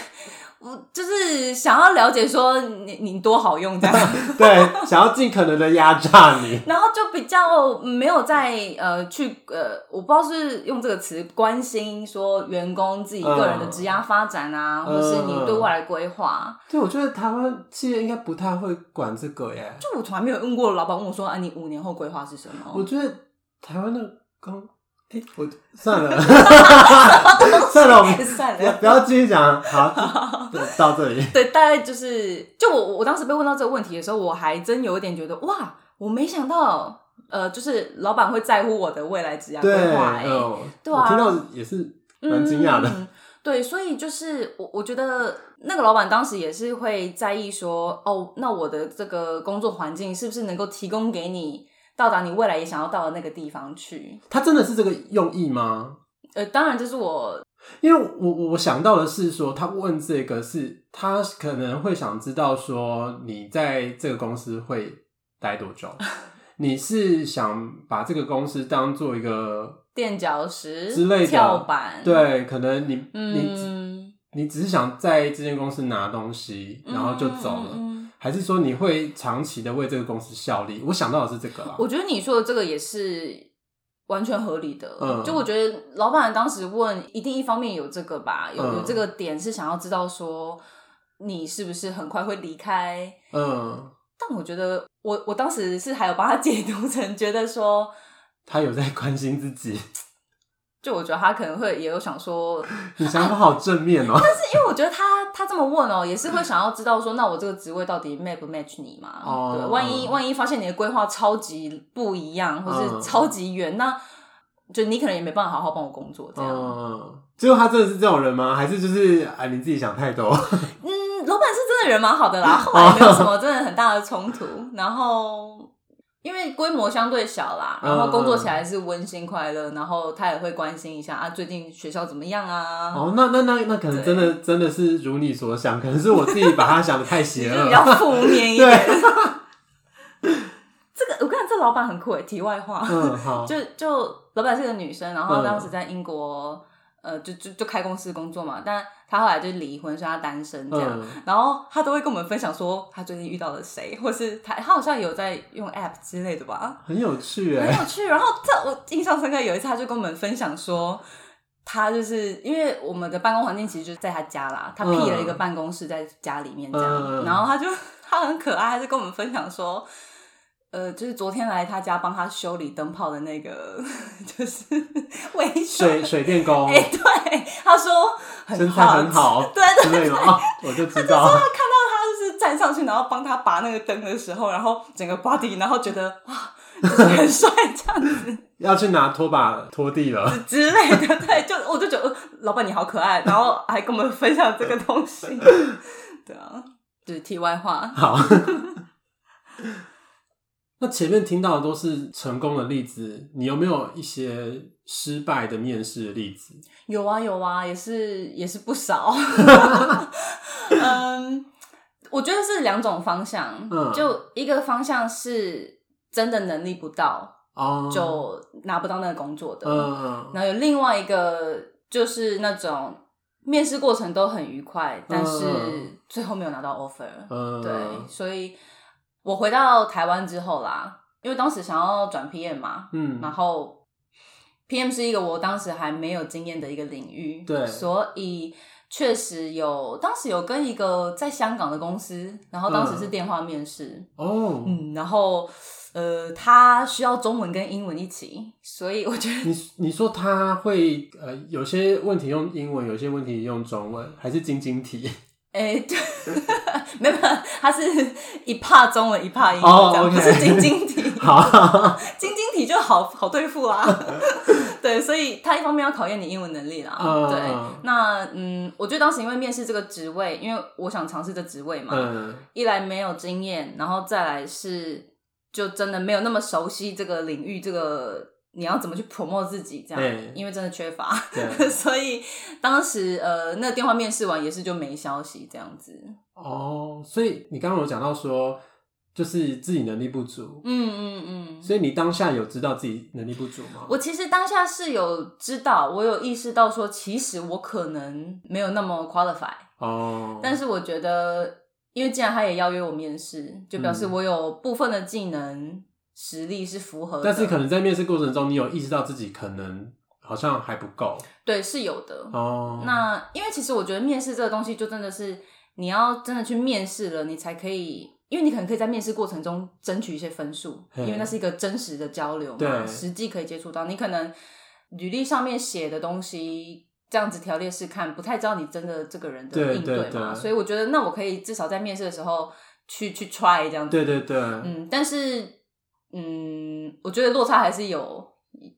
Speaker 2: 我就是想要了解说你你多好用 这样，
Speaker 1: 对，想要尽可能的压榨你。
Speaker 2: 然后就比较呃没有在呃去呃，我不知道是用这个词关心说员工自己个人的职涯发展啊，
Speaker 1: 嗯
Speaker 2: 或是你对未来的规划。
Speaker 1: 对，我觉得台湾企业应该不太会管这个耶。
Speaker 2: 就我从来没有问过老板问我说啊，你五年后规划是什么？
Speaker 1: 我觉得台湾的刚，哎、我 算了，算了，我们
Speaker 2: 算
Speaker 1: 不要
Speaker 2: 了。
Speaker 1: 不要继续讲， 好，就到这里。
Speaker 2: 对，大概就是，就我我当时被问到这个问题的时候，我还真有一点觉得，哇，我没想到，呃，就是老板会在乎我的未来职业规
Speaker 1: 对，
Speaker 2: 划、欸，
Speaker 1: 哦
Speaker 2: 对啊
Speaker 1: 我听到也是蛮惊讶的。
Speaker 2: 嗯对，所以就是我，我觉得那个老板当时也是会在意说，哦，那我的这个工作环境是不是能够提供给你到达你未来也想要到的那个地方去？
Speaker 1: 他真的是这个用意吗？
Speaker 2: 呃，当然，这是我
Speaker 1: 因为我我我想到的是说，他问这个是他可能会想知道说你在这个公司会待多 久，你是想把这个公司当做一个
Speaker 2: 垫脚石
Speaker 1: 之类的
Speaker 2: 跳板，，
Speaker 1: 对，可能你、你只
Speaker 2: 嗯，
Speaker 1: 你只是想在这间公司拿东西，然后就走了，
Speaker 2: 嗯嗯嗯
Speaker 1: 还是说你会长期的为这个公司效力？我想到的是这个啦。
Speaker 2: 我觉得你说的这个也是完全合理的。
Speaker 1: 嗯
Speaker 2: 就我觉得老板当时问，一定一方面有这个吧，有、
Speaker 1: 嗯
Speaker 2: 有这个点是想要知道说你是不是很快会离开。
Speaker 1: 嗯，
Speaker 2: 但我觉得我我当时是还有把它解读成觉得说，
Speaker 1: 他有在关心自己，
Speaker 2: 就我觉得他可能会也有想说，
Speaker 1: 你想法好正面 哦、
Speaker 2: 但是因为我觉得他他这么问哦，也是会想要知道说，那我这个职位到底 match 不 match 你嘛？
Speaker 1: 哦
Speaker 2: 对，万一万一发现你的规划超级不一样，或
Speaker 1: 嗯
Speaker 2: 是超级远，那就你可能也没办法好好帮我工作这样。
Speaker 1: 嗯，结果他真的是这种人吗？还是就是啊，你自己想太多？
Speaker 2: 嗯，老板是真的人蛮好的啦，后来没有什么真的很大的冲突，然后。因为规模相对小啦，
Speaker 1: 嗯
Speaker 2: 然后工作起来是温馨快乐，然后他也会关心一下啊，最近学校怎么样啊？
Speaker 1: 哦，那那那那可能真的真的是如你所想，可能是我自己把他想的太邪
Speaker 2: 就
Speaker 1: 恶
Speaker 2: 比较
Speaker 1: 了。
Speaker 2: 负面 一点。
Speaker 1: 对，
Speaker 2: 这个我看这老板很酷诶，题外话，
Speaker 1: 嗯，好，
Speaker 2: 就就老板是个女生，然后
Speaker 1: 嗯
Speaker 2: 当时在英国，呃，就就就开公司工作嘛，但她后来就离婚，所以她单身这样。
Speaker 1: 嗯
Speaker 2: 然后她都会跟我们分享说她最近遇到了谁，或是她她好像有在用 app 之类的吧，
Speaker 1: 很有趣哎、
Speaker 2: 很有趣。然后这我印象深刻，有一次她就跟我们分享说。她就是因为我们的办公环境其实就是在她家啦，她辟了一个办公室在家里面这样，
Speaker 1: 嗯
Speaker 2: 然后她就她很可爱，她就跟我们分享说，呃，就是昨天来她家帮她修理灯泡的那个， 就是维修，
Speaker 1: 水水电工、
Speaker 2: 哎、对，她说很
Speaker 1: 身材
Speaker 2: 好
Speaker 1: 很好，
Speaker 2: 对对
Speaker 1: 之类的哦，我就知道。
Speaker 2: 他就是站上去，然后帮他拔那个灯的时候，然后整个 body，然后觉得哇，就是很帅这样子
Speaker 1: 要去拿拖把拖地了。
Speaker 2: 之类的。 对，就我就觉得呃老板你好可爱，然后还跟我们分享这个东西。对啊，就是题外话。
Speaker 1: 好， 那前面听到的都是成功的例子，你有没有一些失败的面试的例子？
Speaker 2: 有啊有啊，也是也是不少。 嗯，我觉得是两种方向，
Speaker 1: 嗯
Speaker 2: 就一个方向是真的能力不到，
Speaker 1: 哦，
Speaker 2: 就拿不到那个工作的。
Speaker 1: 嗯
Speaker 2: 然后有另外一个就是那种面试过程都很愉快，但是
Speaker 1: 嗯
Speaker 2: 最后没有拿到 offer、
Speaker 1: 嗯，
Speaker 2: 对，所以我回到台湾之后啦，因为当时想要转 PM 嘛，然
Speaker 1: 嗯，
Speaker 2: 后 PM 是一个我当时还没有经验的一个领域，
Speaker 1: 对
Speaker 2: 所以。确实有，当时有跟一个在香港的公司，然后当时
Speaker 1: 嗯
Speaker 2: 是电话面试，
Speaker 1: 哦，
Speaker 2: 嗯然后呃，他需要中文跟英文一起，所以我觉得
Speaker 1: 你你说他会呃，有些问题用英文，有些问题用中文，还是晶晶体？
Speaker 2: 哎，对， 没有，他是一怕中文一怕英
Speaker 1: 哦
Speaker 2: 文，这样不
Speaker 1: OK
Speaker 2: 是 晶晶体，
Speaker 1: 好，
Speaker 2: 晶晶体就好好对付 啊。对，所以他一方面要考验你英文能力啦。
Speaker 1: 嗯
Speaker 2: 对，那嗯，我觉得当时因为面试这个职位，因为我想尝试这职位嘛，
Speaker 1: 嗯
Speaker 2: 一来没有经验，然后再来是就真的没有那么熟悉这个领域，这个你要怎么去 promote 自己这样，
Speaker 1: 对
Speaker 2: 因为真的缺乏，
Speaker 1: 对
Speaker 2: 所以当时呃那个电话面试完也是就没消息这样子，
Speaker 1: 哦，所以你刚刚有讲到说，就是自己能力不足，
Speaker 2: 嗯嗯嗯。
Speaker 1: 所以你当下有知道自己能力不足吗？
Speaker 2: 我其实当下是有知道，我有意识到说，其实我可能没有那么 qualify，
Speaker 1: 哦，
Speaker 2: 但是我觉得，因为既然他也邀约我面试，就表示
Speaker 1: 嗯
Speaker 2: 我有部分的技能实力是符合的，
Speaker 1: 但是可能在面试过程中，你有意识到自己可能好像还不够
Speaker 2: 对是有的。
Speaker 1: 哦。
Speaker 2: 那因为其实我觉得面试这个东西，就真的是你要真的去面试了，你才可以，因为你可能可以在面试过程中争取一些分数，
Speaker 1: 嘿
Speaker 2: 因为那是一个真实的交流嘛，
Speaker 1: 对
Speaker 2: 实际可以接触到。你可能履历上面写的东西。这样子条列式看，不太知道你真的这个人的
Speaker 1: 对
Speaker 2: 应对嘛，
Speaker 1: 对对
Speaker 2: 所以我觉得那我可以至少在面试的时候去去 try 这样子。
Speaker 1: 对对对，
Speaker 2: 嗯，但是嗯，我觉得落差还是有，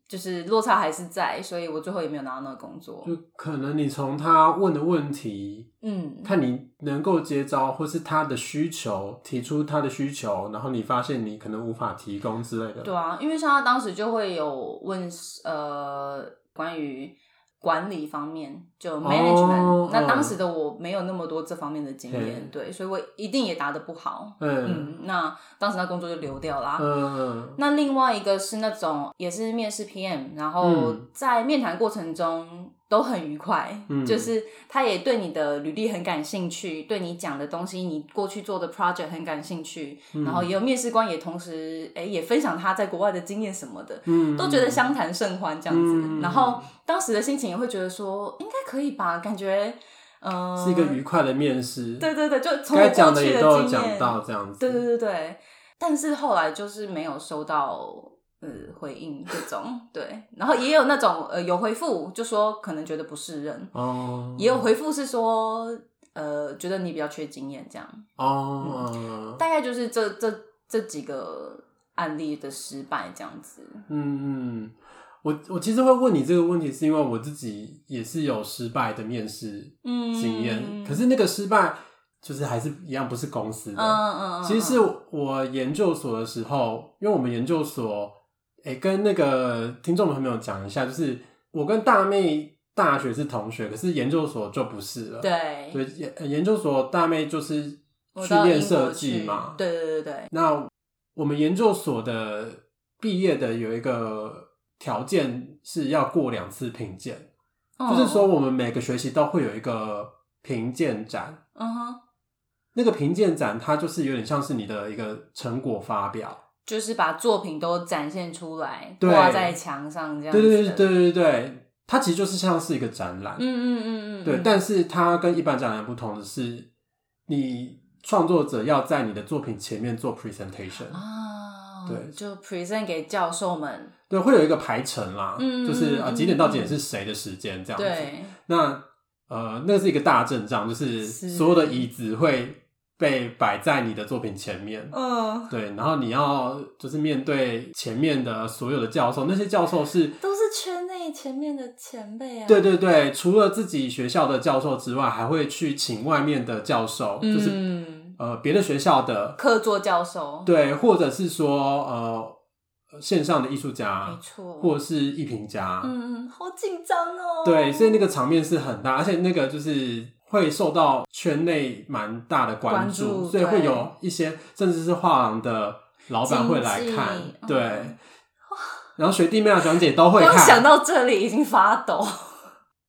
Speaker 2: 就是落差还是在，所以我最后也没有拿到那个工作。
Speaker 1: 就可能你从他问的问题，
Speaker 2: 嗯，
Speaker 1: 看你能够接招，或是他的需求，提出他的需求，然后你发现你可能无法提供之类的。
Speaker 2: 对啊，因为像他当时就会有问呃关于管理方面，就 management，、
Speaker 1: 哦
Speaker 2: 那
Speaker 1: 嗯
Speaker 2: 当时的我没有那么多这方面的经验
Speaker 1: 嘿，
Speaker 2: 对，所以我一定也答的不好。
Speaker 1: 嗯
Speaker 2: 嗯，那当时那工作就流掉啦。
Speaker 1: 嗯
Speaker 2: 那另外一个是那种也是面试 PM，然后
Speaker 1: 嗯
Speaker 2: 在面谈过程中都很愉快，
Speaker 1: 嗯
Speaker 2: 就是他也对你的履历很感兴趣，对你讲的东西，你过去做的 project 很感兴趣，
Speaker 1: 嗯
Speaker 2: 然后也有面试官也同时哎也分享他在国外的经验什么的，
Speaker 1: 嗯，
Speaker 2: 都觉得相谈甚欢这样子。
Speaker 1: 嗯
Speaker 2: 然后当时的心情也会觉得说应该可以吧，感觉嗯、呃
Speaker 1: 是一个愉快的面试，
Speaker 2: 对对对，就从我
Speaker 1: 该讲
Speaker 2: 过
Speaker 1: 的
Speaker 2: 去
Speaker 1: 也
Speaker 2: 的
Speaker 1: 都有
Speaker 2: 经
Speaker 1: 讲
Speaker 2: 验。
Speaker 1: 到这样子。
Speaker 2: 对对对对，但是后来就是没有收到呃回应这种，对，然后也有那种呃有回复，就说可能觉得不适任，
Speaker 1: 哦，
Speaker 2: 也有回复是说呃觉得你比较缺经验这样，
Speaker 1: 哦，
Speaker 2: 大概就是这这这几个案例的失败这样子，
Speaker 1: 嗯嗯，我我其实会问你这个问题，是因为我自己也是有失败的面试
Speaker 2: 嗯，
Speaker 1: 经验，可是那个失败就是还是一样不是公司
Speaker 2: 嗯
Speaker 1: 的，
Speaker 2: 嗯嗯，
Speaker 1: 其实
Speaker 2: 嗯
Speaker 1: 是我研究所的时候，因为我们研究所，哎、跟那个听众朋友讲一下，就是我跟大妹大学是同学，可是研究所就不是了。，
Speaker 2: 对，
Speaker 1: 所以研呃研究所大妹就是
Speaker 2: 我
Speaker 1: 去
Speaker 2: 到
Speaker 1: 练
Speaker 2: 英国
Speaker 1: 设
Speaker 2: 去
Speaker 1: 计嘛。
Speaker 2: 对对对对，
Speaker 1: 那我们研究所的毕业的有一个条件是要过两次评鉴，就是说
Speaker 2: 嗯，
Speaker 1: 我们每个学期都会有一个评鉴展，
Speaker 2: 嗯哼，
Speaker 1: 那个评鉴展，它就是有点像是你的一个成果发表。
Speaker 2: 就是把作品都展现出来，
Speaker 1: 对
Speaker 2: 挂在墙上这样
Speaker 1: 对
Speaker 2: 子，
Speaker 1: 对对对对对，它其实就是像是一个展览。
Speaker 2: 嗯嗯嗯嗯，
Speaker 1: 对，
Speaker 2: 嗯
Speaker 1: 但是它跟一般展览不同的是，你创作者要在你的作品前面做
Speaker 2: 哦
Speaker 1: presentation，、
Speaker 2: 啊，
Speaker 1: 对
Speaker 2: 就 아, present 给教授们，
Speaker 1: 对，会有一个排程啦，
Speaker 2: 嗯
Speaker 1: 就是呃
Speaker 2: 嗯
Speaker 1: 几点到几点是谁的时间这样子。
Speaker 2: 对，
Speaker 1: 那呃，那是一个大阵仗，就是
Speaker 2: 是
Speaker 1: 所有的椅子会被摆在你的作品前面。
Speaker 2: 嗯，
Speaker 1: 对，然后你要就是面对前面的所有的教授，那些教授是
Speaker 2: 都是圈内前面的前辈啊，
Speaker 1: 对对对，除了自己学校的教授之外，还会去请外面的教授，
Speaker 2: 嗯，
Speaker 1: 就是呃别的学校的，
Speaker 2: 음.客座教授，
Speaker 1: 对，或者是说呃线上的艺术家
Speaker 2: 没，错，
Speaker 1: 或是艺评家，
Speaker 2: 嗯嗯，好紧张哦，
Speaker 1: 아.对，所以那个场面是很大，而且那个就是会受到圈内蛮大的关注，
Speaker 2: 关注
Speaker 1: 所以会
Speaker 2: 对
Speaker 1: 有一些甚至是画廊的老板会来
Speaker 2: 经济
Speaker 1: 看，
Speaker 2: 嗯
Speaker 1: 对， 然后学弟妹啊、学姐都 会
Speaker 2: 光
Speaker 1: 看，
Speaker 2: 想到这里已经发抖，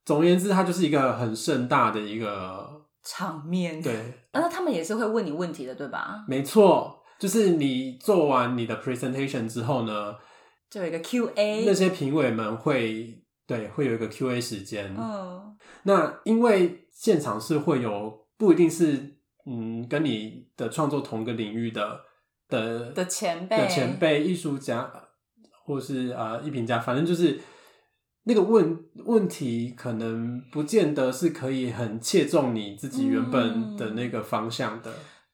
Speaker 1: 总而言之，它就是一个很盛大的一 个。
Speaker 2: 场面，啊，
Speaker 1: 对，
Speaker 2: 那他们也是会问你问题的，对吧？
Speaker 1: 没错，就是你做完你的 presentation 之后呢，
Speaker 2: 就有一个
Speaker 1: 那
Speaker 2: Q&A，
Speaker 1: 些评委们会对，会有一个 Q&A 时间。
Speaker 2: 嗯，
Speaker 1: 那因为现场是会有不一定是嗯跟你的创作同个领域的的
Speaker 2: 的前辈，
Speaker 1: 的前，辈、艺术家或是呃艺评家，反正就是那个问问题，可能不见得是可以很切中你自己原本的那个方向的，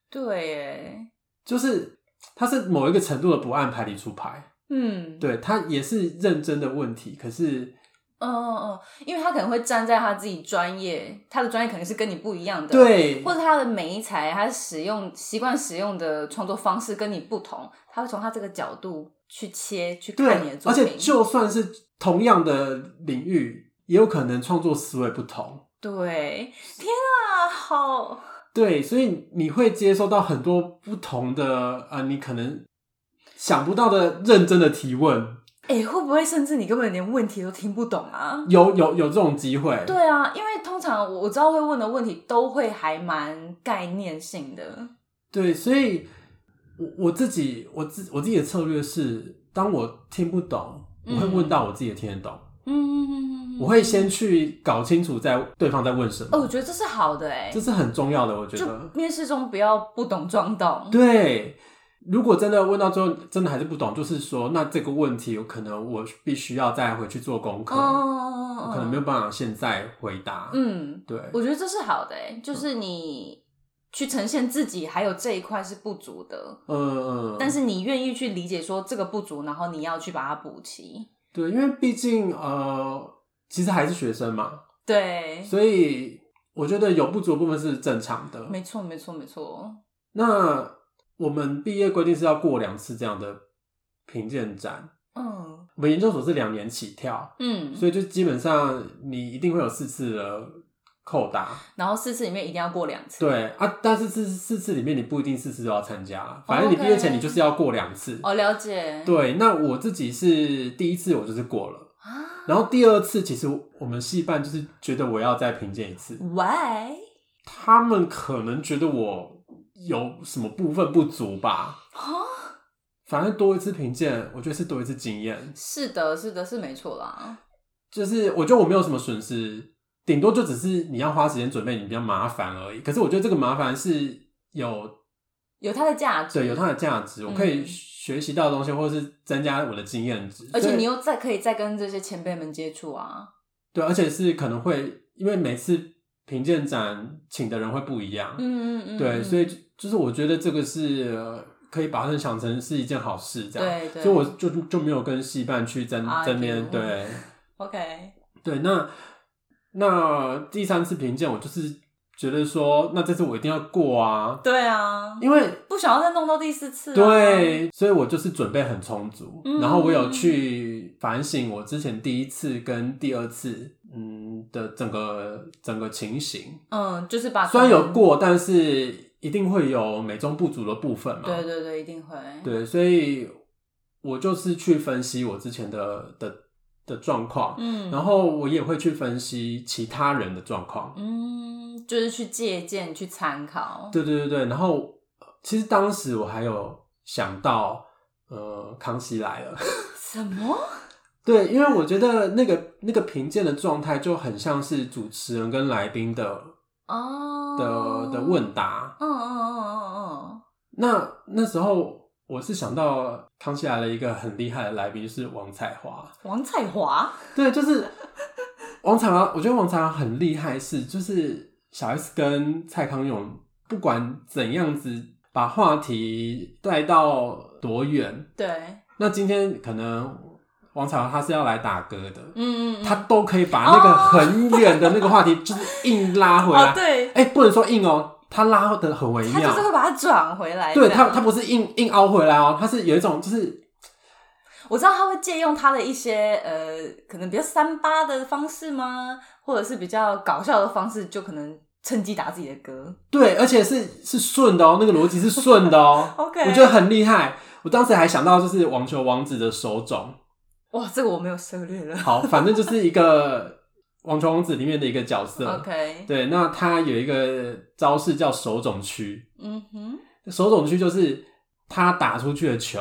Speaker 2: 对耶，
Speaker 1: 就是它是某一个程度的不按牌理出牌，
Speaker 2: 嗯，
Speaker 1: 对，它也是认真的问题，可是
Speaker 2: 嗯嗯嗯，因为他可能会站在他自己专业，他的专业可能是跟你不一样的，，
Speaker 1: 对
Speaker 2: 或者他的每一材，他使用习惯使用的创作方式跟你不同，他会从他这个角度去切去
Speaker 1: 对
Speaker 2: 看你的，作
Speaker 1: 而
Speaker 2: 品，
Speaker 1: 且就算是同样的领域，也有可能创作思维不同，
Speaker 2: 对，天啊，好，
Speaker 1: 对，所以你会接收到很多不同的呃，你可能想不到的认真的提问，
Speaker 2: 哎、会不会甚至你根本连问题都听不懂啊？
Speaker 1: 有有有这种机会。
Speaker 2: 对啊，因为通常我我知道会问的问题都会还蛮概念性的，
Speaker 1: 对，所以我我自己我自我自己的策略是，当我听不懂，我会问到我自己也听得懂，
Speaker 2: 嗯，
Speaker 1: 我会先去搞清楚在对方在问什么，
Speaker 2: 哦，我觉得这是好的哎、
Speaker 1: 这是很重要的，我觉
Speaker 2: 就
Speaker 1: 得。
Speaker 2: 面试中不要不懂装懂，
Speaker 1: 对，如果真的问到最后，真的还是不懂，就是说，那这个问题有可能我必须要再回去做功课。
Speaker 2: 嗯，
Speaker 1: 我可能没有办法现在回答。，
Speaker 2: 嗯，
Speaker 1: 对，
Speaker 2: 我觉得这是好的、欸，就是你去呈现自己，还有这一块是不足的，
Speaker 1: 嗯嗯，
Speaker 2: 但是你愿意去理解说这个不足，然后你要去把它补齐。
Speaker 1: 对，因为毕竟呃，其实还是学生嘛，
Speaker 2: 对，
Speaker 1: 所以我觉得有不足的部分是正常的。
Speaker 2: 没错，没错，没错。
Speaker 1: 那我们毕业规定是要过两次这样的评鉴展，
Speaker 2: 嗯
Speaker 1: 我们研究所是两年起跳，
Speaker 2: 嗯，
Speaker 1: 所以就基本上你一定会有四次的扣答。
Speaker 2: 然后四次里面一定要过两次。，
Speaker 1: 对啊，但是四四次里面你不一定四次都要参加，啊反正你毕业前
Speaker 2: OK
Speaker 1: 你就是要过两次。
Speaker 2: 哦，了解。
Speaker 1: 对，那我自己是第一次我就是过了。
Speaker 2: 啊
Speaker 1: 然后第二次，其实我们戏办就是觉得我要再评鉴一次，
Speaker 2: ，Why？
Speaker 1: 他们可能觉得我有什么部分不足吧。
Speaker 2: 啊，
Speaker 1: 反正多一次评鉴，我觉得是多一次经验，
Speaker 2: 是的，是的，是没错啦。
Speaker 1: 就是我觉得我没有什么损失，顶多就只是你要花时间准备，你比较麻烦而已。可是我觉得这个麻烦是有
Speaker 2: 有它的价值，
Speaker 1: 对有它的价值，我可以
Speaker 2: 嗯
Speaker 1: 学习到的东西，或者是增加我的经验值。
Speaker 2: 而且
Speaker 1: 所以
Speaker 2: 你又再可以再跟这些前辈们接触啊。
Speaker 1: 对，而且是可能会因为每次评鉴展请的人会不一样，
Speaker 2: 嗯嗯嗯，
Speaker 1: 对，
Speaker 2: 嗯
Speaker 1: 所以就就是我觉得这个是、呃可以把它想成是一件好事，这样。
Speaker 2: 对对，
Speaker 1: 所以我就就没有跟戏办去争
Speaker 2: 啊
Speaker 1: 争边，
Speaker 2: 对
Speaker 1: 对
Speaker 2: OK，
Speaker 1: 对。那那第三次评鉴，我就是觉得说，那这次我一定要过啊，
Speaker 2: 对啊，
Speaker 1: 因为
Speaker 2: 不想要再弄到第四次、啊。，
Speaker 1: 对，所以我就是准备很充足，
Speaker 2: 嗯
Speaker 1: 然后我有去反省我之前第一次跟第二次嗯的整个整个情形，
Speaker 2: 嗯，就是把
Speaker 1: 虽然有，过，但是一定会有美中不足的部分嘛，
Speaker 2: 对对对，一定会。
Speaker 1: 对，所以我就是去分析我之前的的的状况，
Speaker 2: 嗯，
Speaker 1: 然后我也会去分析其他人的状况。
Speaker 2: 嗯，就是去借鉴、去参考。
Speaker 1: 对对对对，然后呃其实当时我还有想到，呃，康熙来了，
Speaker 2: 什么？
Speaker 1: 对，因为我觉得那个那个评鉴的状态就很像是主持人跟来宾的
Speaker 2: 哦，
Speaker 1: 的的问答。
Speaker 2: 嗯，嗯嗯嗯
Speaker 1: 那那时候我是想到康熙来了一个很厉害的来宾，就是王彩华。
Speaker 2: 嗯，王彩华。
Speaker 1: 对，就是王彩华，我觉得王彩华很厉害是，就是小 S 跟蔡康永不管怎样子把话题带到多远，
Speaker 2: 对，
Speaker 1: 那今天可能王彩华他是要来打歌的，
Speaker 2: 嗯嗯，嗯
Speaker 1: 他都可以把那个很远的那个话题就是硬拉回来
Speaker 2: 哦，，对，
Speaker 1: 哎、不能说硬哦，他拉的很微
Speaker 2: 他就
Speaker 1: 妙
Speaker 2: 是，会把它转回来。啊
Speaker 1: 对
Speaker 2: 这样
Speaker 1: 他他不是硬硬凹回来哦，他是有一种就是
Speaker 2: 我知道他会借用他的一些呃，可能比较三八的方式吗？或者是比较搞笑的方式，就可能趁机打自己的歌。
Speaker 1: 对，而且是是顺的哦，那个逻辑是顺的哦。
Speaker 2: OK
Speaker 1: 我觉得很厉害。我当时还想到就是网球王子的手冢，
Speaker 2: 哇，这个我没有涉猎了。
Speaker 1: 好，反正就是一个网球王子里面的一个角色。
Speaker 2: OK，
Speaker 1: 对，那他有一个招式叫手冢区，
Speaker 2: 嗯哼，
Speaker 1: 手冢区就是他打出去的球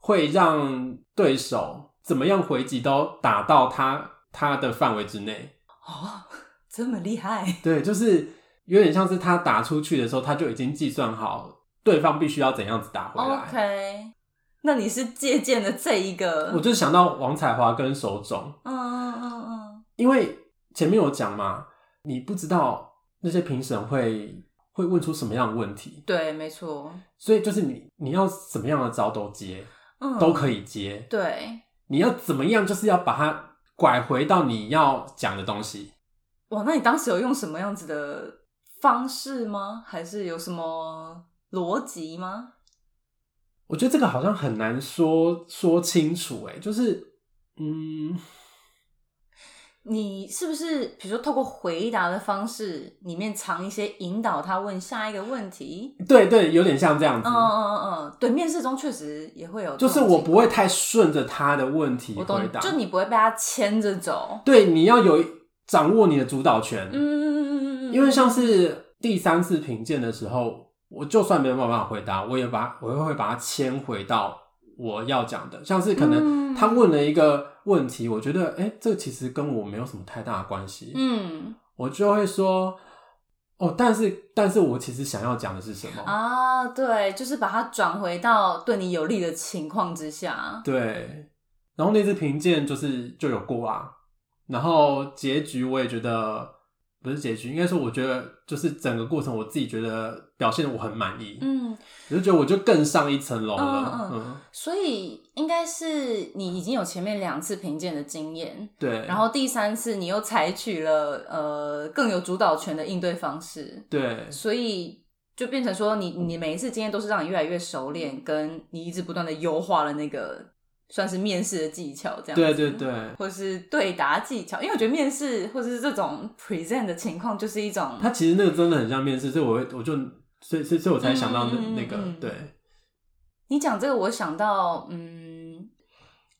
Speaker 1: 会让对手怎么样回击都打到他他的范围之内。
Speaker 2: 哦， 这么厉害，
Speaker 1: 对，就是有点像是他打出去的时候，他就已经计算好对方必须要怎样子打回来。
Speaker 2: OK，那你是借鉴的这一个，
Speaker 1: 我就想到王彩华跟手冢，
Speaker 2: 嗯嗯嗯嗯，
Speaker 1: 因为前面有讲嘛，你不知道那些评审会会问出什么样的问题，
Speaker 2: 对，没错，
Speaker 1: 所以就是你你要什么样的招都接，
Speaker 2: 嗯，
Speaker 1: 都可以接，
Speaker 2: 对，
Speaker 1: 你要怎么样就是要把它拐回到你要讲的东西。
Speaker 2: 哇，那你当时有用什么样子的方式吗？还是有什么逻辑吗？
Speaker 1: 我觉得这个好像很难说说清楚、欸，哎，就是嗯，
Speaker 2: 你是不是比如说透过回答的方式里面藏一些引导他问下一个问题？
Speaker 1: 对对，有点像这样子，
Speaker 2: 嗯嗯嗯嗯，对，面试中确实也会有
Speaker 1: 就
Speaker 2: 这种
Speaker 1: 是
Speaker 2: 情况，
Speaker 1: 我不会太顺着他的问题
Speaker 2: 我
Speaker 1: 回
Speaker 2: 懂，
Speaker 1: 答，
Speaker 2: 就你不会被他牵着走，
Speaker 1: 对，你要有掌握你的主导权，
Speaker 2: 嗯嗯嗯 嗯嗯，
Speaker 1: 因为像是第三次评鉴的时候，我就算没有办法回答，我也把我也会把它牵回到我要讲的，像是可能
Speaker 2: 嗯
Speaker 1: 他问了一个问题，我觉得哎、诶这个其实跟我没有什么太大的关系，
Speaker 2: 嗯
Speaker 1: 我就会说哦，但是但是我其实想要讲的是什么？
Speaker 2: 啊，对，就是把它转回到对你有利的情况之下，
Speaker 1: 对，然后那次评鉴就是就有过啊，然后结局我也觉得不是结局，应该说我觉得就是整个过程我自己觉得表现得我很满意，
Speaker 2: 嗯，
Speaker 1: 我就觉得我就更上一层楼了，
Speaker 2: 嗯
Speaker 1: 嗯
Speaker 2: 所以应该是你已经有前面两次评鉴的经验，
Speaker 1: 对，
Speaker 2: 然后第三次你又采取了呃更有主导权的应对方式，
Speaker 1: 对
Speaker 2: 所以就变成说你你每一次经验都是让你越来越熟练，跟你一直不断的优化了那个算是面试的技巧，这样
Speaker 1: 对
Speaker 2: 子
Speaker 1: 对对，
Speaker 2: 或是对答技巧，因为我觉得面试或者是这种 present 的情况，就是一种
Speaker 1: 他其实那个真的很像面试，所以我会我就所以所以所以我才想到那、
Speaker 2: 嗯嗯嗯
Speaker 1: 那个
Speaker 2: 嗯
Speaker 1: 对，
Speaker 2: 你讲这个，我想到，嗯，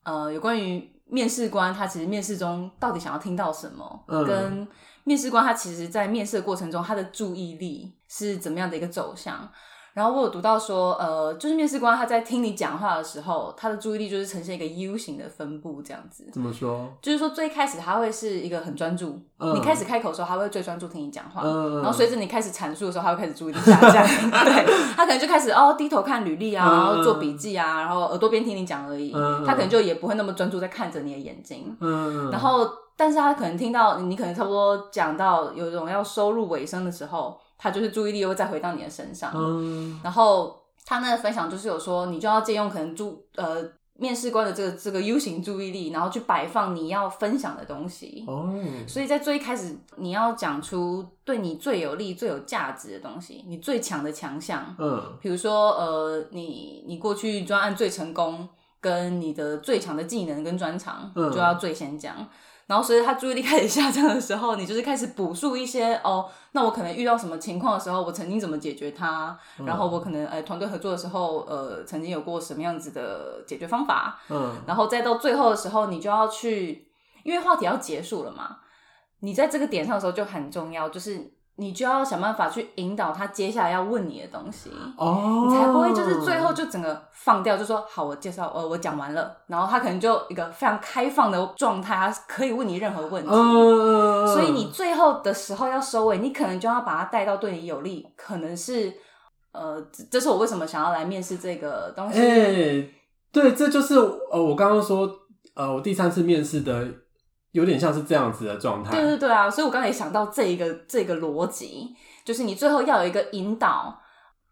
Speaker 2: 呃，有关于面试官他其实面试中到底想要听到什么，
Speaker 1: 嗯
Speaker 2: 跟面试官他其实在面试的过程中他的注意力是怎么样的一个走向。然后我有读到说，呃，就是面试官他在听你讲话的时候，他的注意力就是呈现一个 U 型的分布这样子。
Speaker 1: 怎么说？
Speaker 2: 就是说，最开始他会是一个很专注，
Speaker 1: 嗯
Speaker 2: 你开始开口的时候，他会最专注听你讲话，
Speaker 1: 嗯
Speaker 2: 然后随着你开始阐述的时候，他会开始注意力下 降，对他可能就开始哦低头看履历啊，
Speaker 1: 嗯
Speaker 2: 然后做笔记啊，然后耳朵边听你讲而已，
Speaker 1: 嗯
Speaker 2: 他可能就也不会那么专注在看着你的眼睛，
Speaker 1: 嗯，
Speaker 2: 然后但是他可能听到你可能差不多讲到有种要收入尾声的时候，他就是注意力又会再回到你的身上，
Speaker 1: 嗯
Speaker 2: 然后他那个分享就是有说，你就要借用可能注呃面试官的这个这个 U 型注意力，然后去摆放你要分享的东西。
Speaker 1: 哦，
Speaker 2: 所以在最开始，你要讲出对你最有利、最有价值的东西，你最强的强项。
Speaker 1: 嗯
Speaker 2: 比如说，呃，你你过去专案最成功，跟你的最强的技能跟专长，
Speaker 1: 嗯
Speaker 2: 就要最先讲。然后随着他注意力开始下降的时候，你就是开始补述一些哦，那我可能遇到什么情况的时候，我曾经怎么解决它，然后我可能呃团队合作的时候，呃曾经有过什么样子的解决方法，
Speaker 1: 嗯
Speaker 2: 然后再到最后的时候，你就要去，因为话题要结束了嘛，你在这个点上的时候就很重要，就是你就要想办法去引导他接下来要问你的东西。
Speaker 1: 哦，
Speaker 2: 你才不会就是最后就整个放掉，就说好，我介绍，呃，我讲完了，然后他可能就一个非常开放的状态，他可以问你任何问题。
Speaker 1: 嗯，
Speaker 2: 所以你最后的时候要收尾，你可能就要把它带到对你有利，可能是呃，这这是我为什么想要来面试这个东西。
Speaker 1: 哎、对，这就是呃，我刚刚说呃，我第三次面试的有点像是这样子的状态。
Speaker 2: 对对对啊，所以我刚才也想到这一个这个逻辑，就是你最后要有一个引导，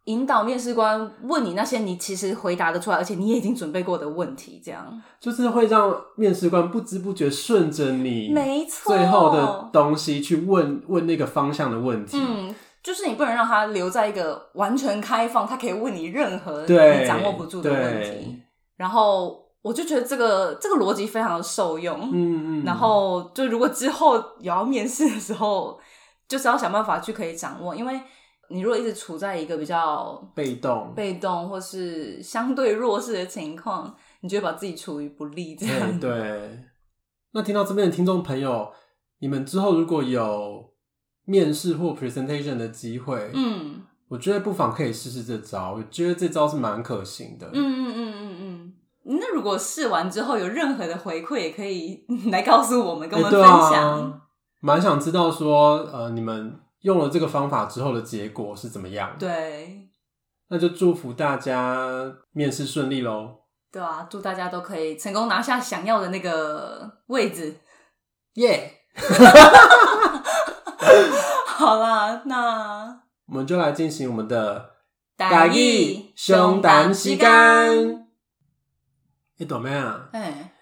Speaker 2: 引导面试官问你那些你其实回答得出来，而且你也已经准备过的问题，这样。
Speaker 1: 就是会让面试官不知不觉顺着你
Speaker 2: 没错，
Speaker 1: 最后的东西去问问那个方向的问题。
Speaker 2: 嗯，就是你不能让他留在一个完全开放，他可以问你任何
Speaker 1: 对
Speaker 2: 你掌握不住的问
Speaker 1: 对
Speaker 2: 题。然后我就觉得这个这个逻辑非常的受用。
Speaker 1: 嗯嗯，
Speaker 2: 然后就如果之后有要面试的时候，就是要想办法去可以掌握，因为你如果一直处在一个比较
Speaker 1: 被动，
Speaker 2: 被动或是相对弱势的情况，你就会把自己处于不利这
Speaker 1: 对
Speaker 2: 样。
Speaker 1: 对。那听到这边的听众朋友，你们之后如果有面试或 presentation 的机会，，
Speaker 2: 嗯
Speaker 1: 我觉得不妨可以试试这招，我觉得这招是蛮可行的。
Speaker 2: 嗯嗯嗯嗯嗯，那如果试完之后有任何的回馈，也可以 来告诉我们，跟我
Speaker 1: 诶对
Speaker 2: 们分享。
Speaker 1: 啊，蛮想知道说，呃，你们用了这个方法之后的结果是怎么样？，
Speaker 2: 对
Speaker 1: 那就祝福大家面试顺利喽！
Speaker 2: 对啊，祝大家都可以成功拿下想要的那个位置。
Speaker 1: 耶、
Speaker 2: 好啦，那
Speaker 1: 我们就来进行我们的
Speaker 2: 大意
Speaker 1: 胸胆时间。诶，大妹啊，
Speaker 2: 哎，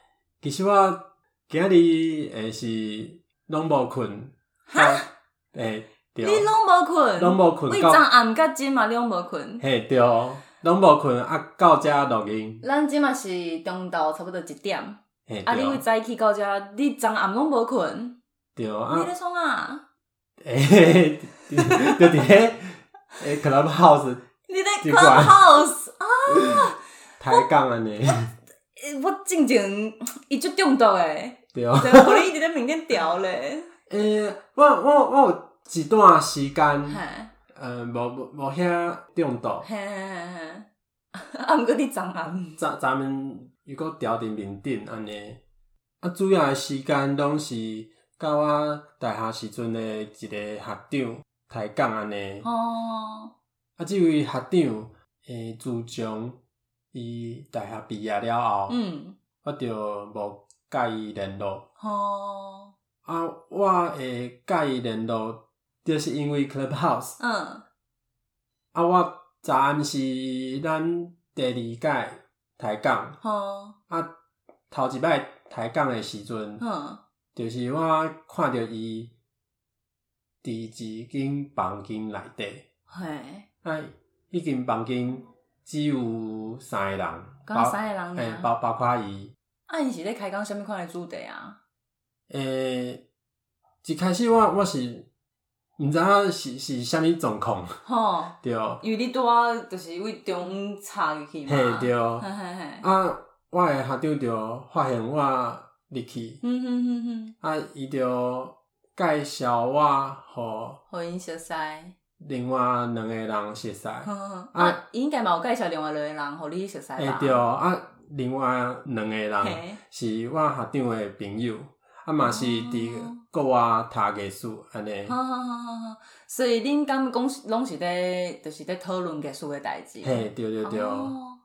Speaker 1: 其实我今日诶是拢无困，
Speaker 2: 哈，
Speaker 1: 诶、
Speaker 2: 你
Speaker 1: 对，
Speaker 2: 拢无困，
Speaker 1: 拢无困
Speaker 2: 为
Speaker 1: 到
Speaker 2: 昨暗甲今嘛，你拢无困。
Speaker 1: 嘿对，拢无困啊，到遮录音，
Speaker 2: 咱今嘛是中昼差不多一点，啊！
Speaker 1: 嘿
Speaker 2: 你为
Speaker 1: 对，
Speaker 2: 早起到遮，你昨暗拢无困，
Speaker 1: 对
Speaker 2: 你
Speaker 1: 啊
Speaker 2: 咧，创啊？
Speaker 1: 诶、嘿嘿就伫咧诶 club house
Speaker 2: 你咧
Speaker 1: 奇
Speaker 2: c l
Speaker 1: 怪
Speaker 2: house 啊？
Speaker 1: 抬杠安尼，
Speaker 2: 欸我静静伊就中毒诶，
Speaker 1: 对。
Speaker 2: 对，啊我咧一直咧面顶调咧，
Speaker 1: 诶、我我我有一段时
Speaker 2: 嘿
Speaker 1: 间，
Speaker 2: 嘿
Speaker 1: 呃，无无无遐中毒。
Speaker 2: 嘿嘿嘿， 啊，毋过你昨暗，
Speaker 1: 咱咱们又搁调伫面顶安尼，啊，主要诶时间拢是甲我大学时阵诶一个学长抬讲安尼。
Speaker 2: 哦，
Speaker 1: 啊，即位学长诶，自从伊大学毕业了后，
Speaker 2: 嗯，
Speaker 1: 我就无甲伊联络。
Speaker 2: 哦，
Speaker 1: 啊，我会甲伊联络，就是因为 Clubhouse。
Speaker 2: 嗯，
Speaker 1: 啊，我昨暗是咱第二届抬杠，
Speaker 2: 哦，
Speaker 1: 啊，头一摆抬杠的时阵，
Speaker 2: 嗯，
Speaker 1: 就是我看到伊伫一间房间内底，
Speaker 2: 嘿，
Speaker 1: 啊，迄间房间只有三个人，
Speaker 2: 刚三个人啊
Speaker 1: 诶，
Speaker 2: 尔，
Speaker 1: 包包括伊，
Speaker 2: 啊，你是咧开讲虾米款诶主题啊？
Speaker 1: 诶、一开始我我是毋知影是是啥物状况，
Speaker 2: 吼。
Speaker 1: 对，
Speaker 2: 因为你拄啊，就是为中间插入去嘛。
Speaker 1: 嘿对，
Speaker 2: 嘿嘿嘿。
Speaker 1: 啊，我诶学长就发现我入去。
Speaker 2: 嗯哼哼哼，
Speaker 1: 啊，伊就介绍我互
Speaker 2: 互因熟悉。
Speaker 1: 另外两个人熟识，
Speaker 2: 哼哼
Speaker 1: 啊
Speaker 2: 啊，应该嘛有介绍另外两个人，互你熟悉吧？
Speaker 1: 哎、对啊，另外两个人
Speaker 2: 嘿。哦
Speaker 1: 是我学长的朋友，啊嘛是伫国外读艺术安尼，
Speaker 2: 好好好好好，所以恁敢讲是拢是咧，就是咧讨论艺术诶代志。
Speaker 1: 嘿，对对对，
Speaker 2: 哦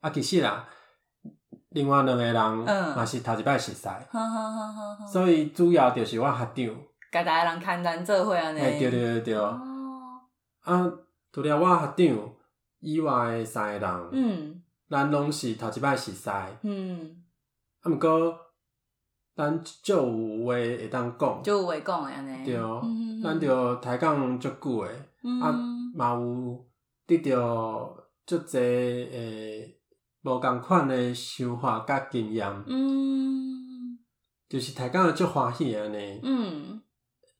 Speaker 1: 啊其实啦，另外两个人
Speaker 2: 嗯哦
Speaker 1: 嘛是头一摆熟识，
Speaker 2: 好好好好好，
Speaker 1: 所以主要就是我学长，
Speaker 2: 甲大家人牵咱做伙安尼。
Speaker 1: 哎、对对对对，
Speaker 2: 哦，
Speaker 1: 啊除了我学长以外的三个人，
Speaker 2: 嗯
Speaker 1: 咱拢是头一摆熟识。
Speaker 2: 嗯，
Speaker 1: 啊，毋过咱就有话会当讲，
Speaker 2: 就有话讲诶安尼。
Speaker 1: 对
Speaker 2: 嗯，
Speaker 1: 咱就啊抬杠足久诶，啊
Speaker 2: 嗯
Speaker 1: 嘛有得到足侪诶无共款诶想法甲经验，
Speaker 2: 嗯
Speaker 1: 就是抬杠足欢喜安尼。
Speaker 2: 嗯。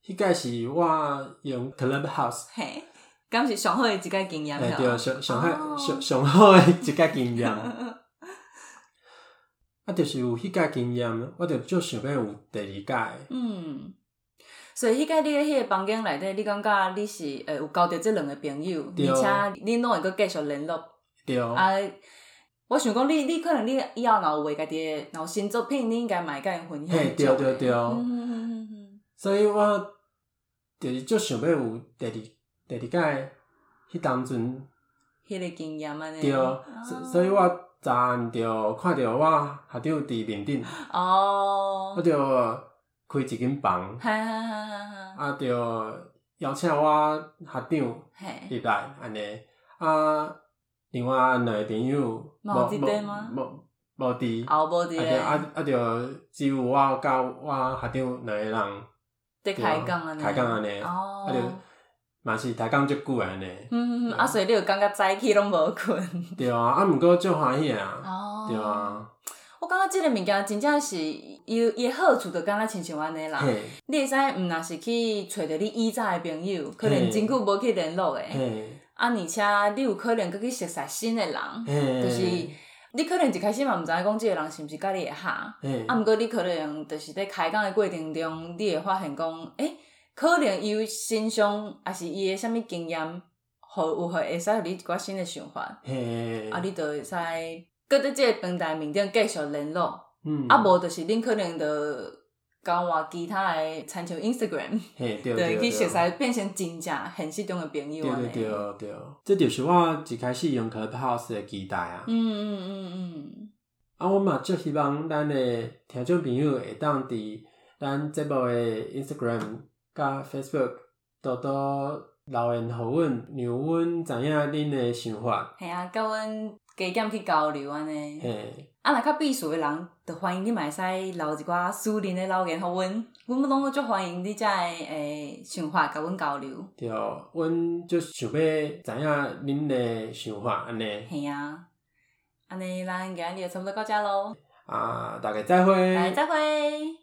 Speaker 1: 迄个是我用 Clubhouse
Speaker 2: 嘿，敢是上好的一个经验
Speaker 1: 诶，对，上上好
Speaker 2: 哦
Speaker 1: 上上好诶一个经 验，啊，
Speaker 2: 嗯
Speaker 1: 就是有迄个经验，我就足想要有第二届。
Speaker 2: 嗯，所以迄个你迄个房间内底，你感觉你是诶、呃有交到即两个朋友，而
Speaker 1: 对哦
Speaker 2: 且恁拢会阁继续联络、
Speaker 1: 对，
Speaker 2: 啊。我想讲，你你可能你以后若有为家己的，若有新作品，你应该嘛会甲因分享
Speaker 1: 嘿
Speaker 2: 这种的。
Speaker 1: 对对哦对
Speaker 2: 嗯嗯嗯嗯
Speaker 1: 所以我就是足想要有第二第二届迄当阵
Speaker 2: 迄、个经验安尼。
Speaker 1: 对，
Speaker 2: 哦
Speaker 1: 所所以我昨暗就看着我学长伫面顶，我
Speaker 2: 哦，
Speaker 1: 啊就开一间房，
Speaker 2: 哈哈哈哈哈，
Speaker 1: 啊就邀请我学长入
Speaker 2: 嘿，
Speaker 1: 来安尼，啊另外两个朋友
Speaker 2: 嘛有伫地吗哦
Speaker 1: 无无伫，啊
Speaker 2: 后无伫
Speaker 1: 就
Speaker 2: 咧，
Speaker 1: 啊啊就只有我甲我学长两个人，
Speaker 2: 伫开讲安尼，
Speaker 1: 哦开讲安尼
Speaker 2: 哦，
Speaker 1: 啊就哦嘛是抬杠足久的安尼。
Speaker 2: 嗯，啊，所以你有感觉早起拢无困。
Speaker 1: 对啊，啊，毋过足欢喜啊，
Speaker 2: 哦
Speaker 1: 对。啊，
Speaker 2: 我感觉即个物件真正是伊伊的好处，就敢若亲像安尼啦。
Speaker 1: 嘿，
Speaker 2: 你会使毋若是去找着你以前的朋友，可
Speaker 1: 嘿
Speaker 2: 能真久无去联络诶，
Speaker 1: 嘿，
Speaker 2: 啊，而且你有可能搁去熟识新的人，
Speaker 1: 嘿，
Speaker 2: 就是你可能一开始嘛毋知影讲即个人是毋是甲你会合，啊，
Speaker 1: 嘿，
Speaker 2: 毋过你可能就是在开讲的过程中，你会发现讲，诶、可能伊有身上也是伊的啥物经验，互有互会使互你一寡新的想法。
Speaker 1: 嘿，
Speaker 2: 啊，你就会使搁伫即个平台面顶继续联络，
Speaker 1: 嗯，
Speaker 2: 啊无就是恁可能着交换其他诶，亲像 Instagram，
Speaker 1: 嘿，对
Speaker 2: 对，
Speaker 1: 对
Speaker 2: 去熟
Speaker 1: 对。
Speaker 2: 识变成真正现实中诶朋友
Speaker 1: 对
Speaker 2: 安
Speaker 1: 对
Speaker 2: 尼。
Speaker 1: 对对，这就是我一开始用 Clubhouse 的期待啊。
Speaker 2: 嗯嗯嗯嗯，
Speaker 1: 啊，我嘛就希望咱的听众朋友会当伫咱节目的 Instagram 甲 Facebook 多多留言互阮，让阮知影恁的想法。
Speaker 2: 系啊，甲阮加减去交流安尼。
Speaker 1: 嘿，
Speaker 2: 啊，若较避暑诶人，就欢迎你嘛会使留一寡私人诶留言互阮，阮拢足欢迎你遮诶诶想法甲阮交流。
Speaker 1: 对，阮就想要知影恁的想法安尼。
Speaker 2: 系啊，安尼咱今日就差不多到遮咯，
Speaker 1: 啊，大家再会。
Speaker 2: 来再会。